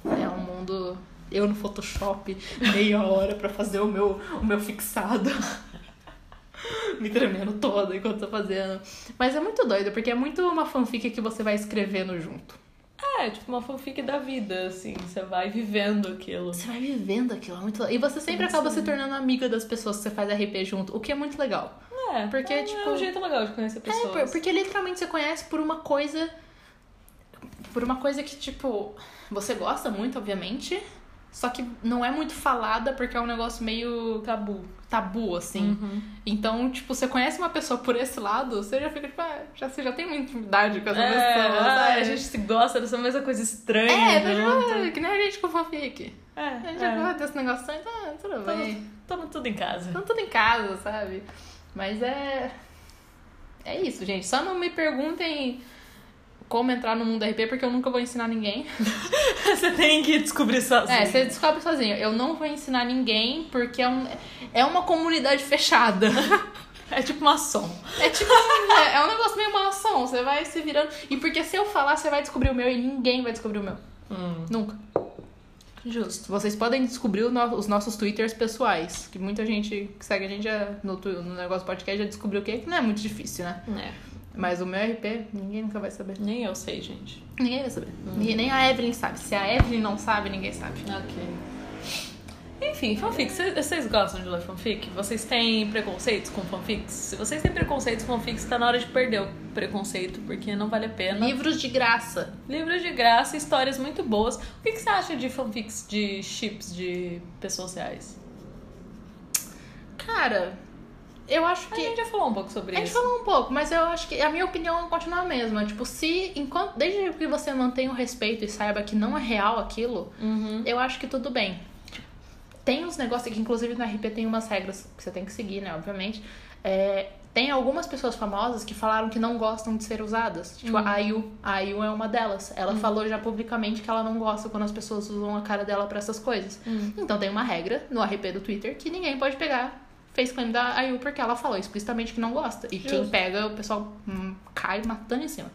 Speaker 1: é um mundo... Eu no Photoshop, meia hora pra fazer o meu, o meu fixado. Me tremendo toda enquanto tô fazendo. Mas é muito doido, porque é muito uma fanfic que você vai escrevendo junto.
Speaker 2: É, tipo uma fanfic da vida, assim. Você vai vivendo aquilo.
Speaker 1: Você vai vivendo aquilo, é muito le- E você sempre acaba se tornando amiga das pessoas que você faz RP junto, o que é muito legal.
Speaker 2: É,
Speaker 1: Porque,
Speaker 2: é,
Speaker 1: tipo,
Speaker 2: É um jeito legal de conhecer
Speaker 1: É,
Speaker 2: pessoas.
Speaker 1: por- porque literalmente você conhece por uma coisa. Por uma coisa que, tipo, você gosta muito, obviamente. Só que não é muito falada porque é um negócio meio
Speaker 2: Tabu.
Speaker 1: tabu, assim.
Speaker 2: Uhum.
Speaker 1: Então, tipo, você conhece uma pessoa por esse lado, você já fica, tipo, ah, já, você já tem uma intimidade com essa pessoa,
Speaker 2: ah,
Speaker 1: sabe?
Speaker 2: a gente se gosta dessa mesma coisa estranha.
Speaker 1: É, mas,
Speaker 2: junto.
Speaker 1: ah, que nem a gente com fanfic.
Speaker 2: É,
Speaker 1: A gente já
Speaker 2: é.
Speaker 1: gosta desse negocinho, então ah, tudo
Speaker 2: Tá
Speaker 1: bem.
Speaker 2: Tamo tudo em casa.
Speaker 1: Estamos tudo em casa, sabe? Mas é. É isso, gente. Só não me perguntem como entrar no mundo RP, porque eu nunca vou ensinar ninguém.
Speaker 2: você tem que descobrir sozinho.
Speaker 1: É, você descobre sozinho. Eu não vou ensinar ninguém, porque é, um, é uma comunidade fechada.
Speaker 2: É tipo uma som.
Speaker 1: É tipo. um- é, é um negócio meio malação. Você vai se virando. E porque se eu falar, você vai descobrir o meu e ninguém vai descobrir o meu. Nunca.
Speaker 2: Hum, Justo.
Speaker 1: Vocês podem descobrir o no- os nossos twitters pessoais. Que muita gente que segue a gente já, no, tu- no negócio podcast já descobriu o que é, que não é muito difícil, né?
Speaker 2: É.
Speaker 1: Mas o meu RP, ninguém nunca vai saber.
Speaker 2: Nem eu sei, gente.
Speaker 1: Ninguém vai saber. Ninguém- nem a Evelyn sabe. Se a Evelyn não sabe, ninguém sabe.
Speaker 2: Ok. Enfim, fanfic. Cê- Vocês gostam de ler fanfic? Vocês têm preconceitos com fanfics? Se vocês têm preconceitos com fanfics, tá na hora de perder o preconceito, porque não vale a pena.
Speaker 1: Livros de graça.
Speaker 2: Livros de graça, histórias muito boas. O que que você acha de fanfics de chips de pessoas reais?
Speaker 1: Cara, eu acho
Speaker 2: A
Speaker 1: que.
Speaker 2: gente já falou um pouco sobre
Speaker 1: A gente
Speaker 2: isso.
Speaker 1: falou um pouco, mas eu acho que a minha opinião continua a mesma. Tipo, se. Enquanto, desde que você mantenha o respeito e saiba que não é real aquilo,
Speaker 2: Uhum.
Speaker 1: eu acho que tudo bem. Tem uns negócios que, inclusive, na RP tem umas regras que você tem que seguir, né? Obviamente. É, tem algumas pessoas famosas que falaram que não gostam de ser usadas. Tipo, a Ayu. A Ayu é uma delas. Ela falou já publicamente que ela não gosta quando as pessoas usam a cara dela pra essas coisas.
Speaker 2: Hum.
Speaker 1: Então tem uma regra no RP do Twitter que ninguém pode pegar face claim da Ayu porque ela falou explicitamente que não gosta. E quem
Speaker 2: Justo.
Speaker 1: pega, o pessoal hum, cai matando em cima.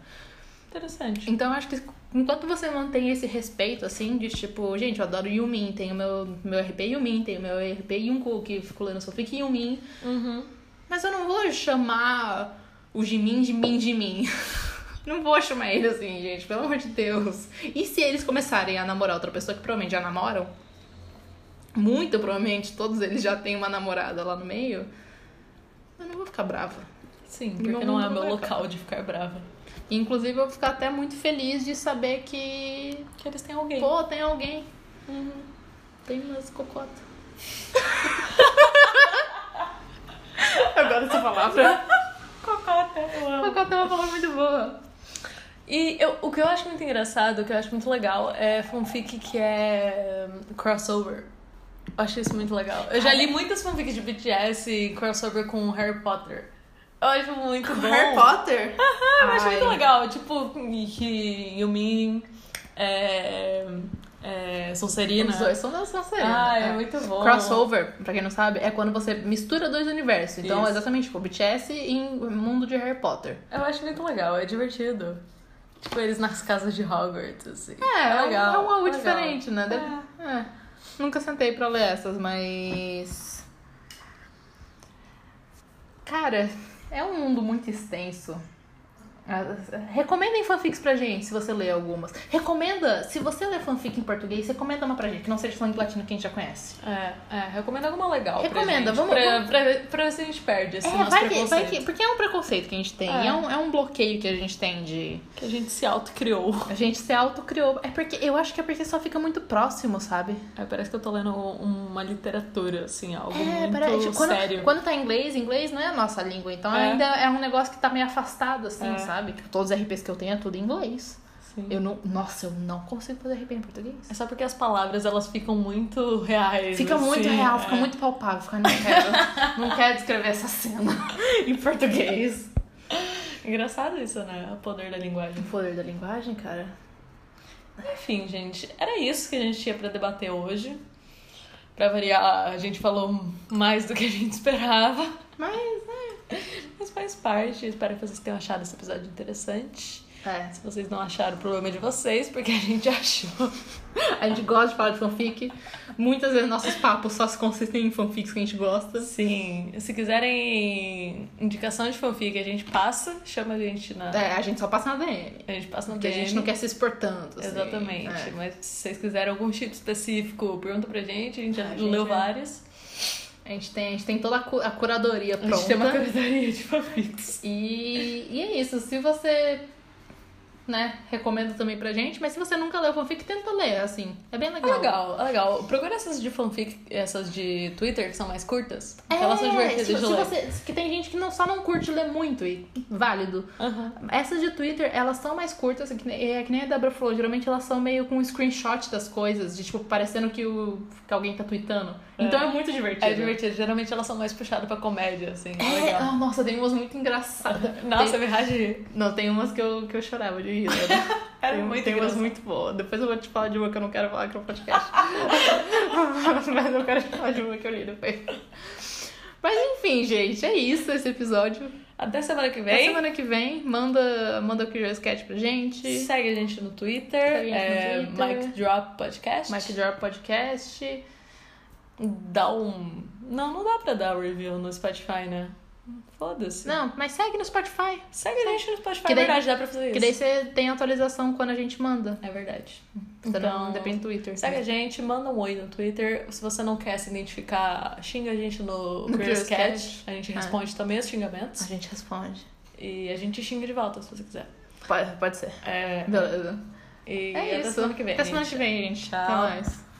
Speaker 2: Interessante.
Speaker 1: Então eu acho que enquanto você mantém esse respeito, assim, de tipo, gente, eu adoro Yumin, tenho meu, meu RP Yumin, tenho meu RP Yunku, que fico lendo fanfic Yumin,
Speaker 2: Uhum.
Speaker 1: mas eu não vou chamar o Jimin de Min de Min. Não vou chamar ele assim, gente, pelo amor de Deus. E se eles começarem a namorar outra pessoa que provavelmente já namoram? Muito provavelmente todos eles já têm uma namorada lá no meio. Eu não vou ficar brava.
Speaker 2: Sim,
Speaker 1: Meu
Speaker 2: porque não é
Speaker 1: mundo
Speaker 2: meu
Speaker 1: vai
Speaker 2: local de ficar brava.
Speaker 1: Inclusive, eu vou ficar até muito feliz de saber que.
Speaker 2: Que eles têm alguém.
Speaker 1: Pô, tem alguém.
Speaker 2: Uhum.
Speaker 1: Tem umas cocotas. Agora essa palavra.
Speaker 2: Cocota, eu amo.
Speaker 1: Cocota é uma palavra muito boa.
Speaker 2: E eu- o que eu acho muito engraçado, o que eu acho muito legal, é fanfic que é hum, crossover. Eu acho isso muito legal. Eu
Speaker 1: Ah, é?
Speaker 2: já li muitas fanfics de BTS e crossover com Harry Potter. Eu acho muito bom.
Speaker 1: Potter?
Speaker 2: Ah, eu acho muito
Speaker 1: Ai.
Speaker 2: legal. Tipo, que Yumin, é, é, Sonserina.
Speaker 1: Os dois são da Sonserina.
Speaker 2: Ah, é
Speaker 1: é.
Speaker 2: muito bom.
Speaker 1: Crossover, pra quem não sabe, é quando você mistura dois universos. Então,
Speaker 2: Isso.
Speaker 1: é exatamente tipo BTS em mundo de Harry Potter.
Speaker 2: Eu acho muito legal, é divertido. Tipo, eles nas casas de Hogwarts, assim.
Speaker 1: É, é,
Speaker 2: legal.
Speaker 1: um- é um algo
Speaker 2: legal.
Speaker 1: diferente, né? Deve-
Speaker 2: É.
Speaker 1: É. Nunca sentei pra ler essas, mas. Cara, é um mundo muito extenso. Ah, Recomendem fanfics pra gente se você lê algumas. Recomenda, se você lê fanfic em português, recomenda uma pra gente, que não seja falando latino que a gente já conhece.
Speaker 2: É, é, recomenda alguma legal. pra
Speaker 1: Recomenda,
Speaker 2: gente,
Speaker 1: vamos-
Speaker 2: pra,
Speaker 1: vamos-
Speaker 2: Pra, pra ver se a gente perde esse
Speaker 1: É,
Speaker 2: nosso
Speaker 1: vai que,
Speaker 2: preconceito.
Speaker 1: vai que. Porque é um preconceito que a gente tem,
Speaker 2: É.
Speaker 1: é, um, é um bloqueio que a gente tem de.
Speaker 2: Que a gente se autocriou.
Speaker 1: A gente se autocriou. É porque. Eu acho que é porque só fica muito próximo, sabe?
Speaker 2: É, parece que eu tô lendo uma literatura, assim, algo
Speaker 1: É,
Speaker 2: muito
Speaker 1: peraí, tipo, quando,
Speaker 2: sério.
Speaker 1: quando tá em inglês, inglês não é a nossa língua, então
Speaker 2: É.
Speaker 1: ainda é um negócio que tá meio afastado, assim,
Speaker 2: É.
Speaker 1: sabe? Tipo, todos os RPs que eu tenho é tudo em inglês.
Speaker 2: Sim.
Speaker 1: Eu não. Nossa, eu não consigo fazer RP em português.
Speaker 2: É só porque as palavras, elas ficam muito reais.
Speaker 1: Fica
Speaker 2: assim,
Speaker 1: muito real,
Speaker 2: é.
Speaker 1: fica muito palpável, fica, não quero, não quero descrever essa cena em português.
Speaker 2: Engraçado isso, né? O poder da linguagem.
Speaker 1: O poder da linguagem, cara.
Speaker 2: Enfim, gente, era isso que a gente tinha pra debater hoje. Pra variar, a gente falou mais do que a gente esperava.
Speaker 1: Mas, né?
Speaker 2: Mas faz parte. Espero que vocês tenham achado esse episódio interessante.
Speaker 1: é.
Speaker 2: Se vocês não acharam, o problema é de vocês, porque a gente achou.
Speaker 1: A gente gosta de falar de fanfic. Muitas vezes nossos papos só se consistem em fanfics que a gente gosta.
Speaker 2: Sim, Assim, se quiserem indicação de fanfic, a gente passa, chama a gente na.
Speaker 1: É, a gente só passa na DM.
Speaker 2: A gente passa no
Speaker 1: Porque a
Speaker 2: DM.
Speaker 1: gente não quer se expor tanto. assim.
Speaker 2: Exatamente.
Speaker 1: É.
Speaker 2: Mas se vocês quiserem algum tipo específico, pergunta pra gente. A gente já
Speaker 1: A gente
Speaker 2: leu
Speaker 1: é-
Speaker 2: vários.
Speaker 1: A gente tem, a gente tem toda a, cu- a curadoria
Speaker 2: A gente tem uma
Speaker 1: pronta.
Speaker 2: curadoria de fanfics.
Speaker 1: E, e é isso. Se você né? Recomendo também pra gente. Mas se você nunca leu fanfic, tenta ler, assim. É bem
Speaker 2: É
Speaker 1: legal.
Speaker 2: legal, é legal. Procura essas de fanfic, essas de Twitter, que são mais curtas.
Speaker 1: É,
Speaker 2: elas são divertidas
Speaker 1: se,
Speaker 2: de
Speaker 1: se
Speaker 2: ler.
Speaker 1: você, que tem gente que não, só não curte ler muito e válido.
Speaker 2: Aham.
Speaker 1: Essas de Twitter, elas são mais curtas, é que nem, é que nem a Débora falou, geralmente elas são meio com um screenshot das coisas, de tipo, parecendo que, o, que alguém tá tweetando. Então é, muito divertido.
Speaker 2: É divertido. Geralmente elas são mais puxadas pra comédia, assim. É,
Speaker 1: É,
Speaker 2: legal.
Speaker 1: ah, nossa, tem umas muito engraçadas.
Speaker 2: Nossa, é
Speaker 1: Tem-
Speaker 2: me ragi.
Speaker 1: não, tem umas que eu, que eu chorava de rir. Né?
Speaker 2: Era
Speaker 1: tem
Speaker 2: muito
Speaker 1: tem umas
Speaker 2: engraçado.
Speaker 1: muito boas. Depois eu vou te falar de uma que eu não quero falar aqui no podcast. Mas eu quero te falar de uma que eu li depois. Mas enfim, gente, é isso esse episódio.
Speaker 2: Até semana que
Speaker 1: Até
Speaker 2: vem.
Speaker 1: semana que vem, manda, manda o Curious Cat pra gente.
Speaker 2: Segue a gente no Twitter.
Speaker 1: Segue a gente
Speaker 2: é,
Speaker 1: no Twitter.
Speaker 2: Mic Drop Podcast.
Speaker 1: Mike Drop Podcast.
Speaker 2: Dá um... Não, não dá pra dar um review no Spotify, né? Foda-se.
Speaker 1: Não, mas segue no Spotify.
Speaker 2: Segue a gente no Spotify.
Speaker 1: Que
Speaker 2: é
Speaker 1: daí-
Speaker 2: verdade, dá pra fazer isso.
Speaker 1: Que daí você tem atualização quando a gente manda.
Speaker 2: É verdade.
Speaker 1: Você não
Speaker 2: Então,
Speaker 1: depende do Twitter. né?
Speaker 2: Segue a gente, manda um oi no Twitter. Se você não quer se identificar, xinga a gente no
Speaker 1: No
Speaker 2: Curious
Speaker 1: Curious
Speaker 2: Cat. A gente
Speaker 1: É.
Speaker 2: responde também os xingamentos.
Speaker 1: A gente responde.
Speaker 2: E a gente xinga de volta, se você quiser.
Speaker 1: Pode, pode ser.
Speaker 2: É,
Speaker 1: Beleza.
Speaker 2: e
Speaker 1: É
Speaker 2: até
Speaker 1: isso.
Speaker 2: semana que vem.
Speaker 1: Até semana
Speaker 2: gente.
Speaker 1: que vem, gente.
Speaker 2: Tchau.
Speaker 1: Até mais.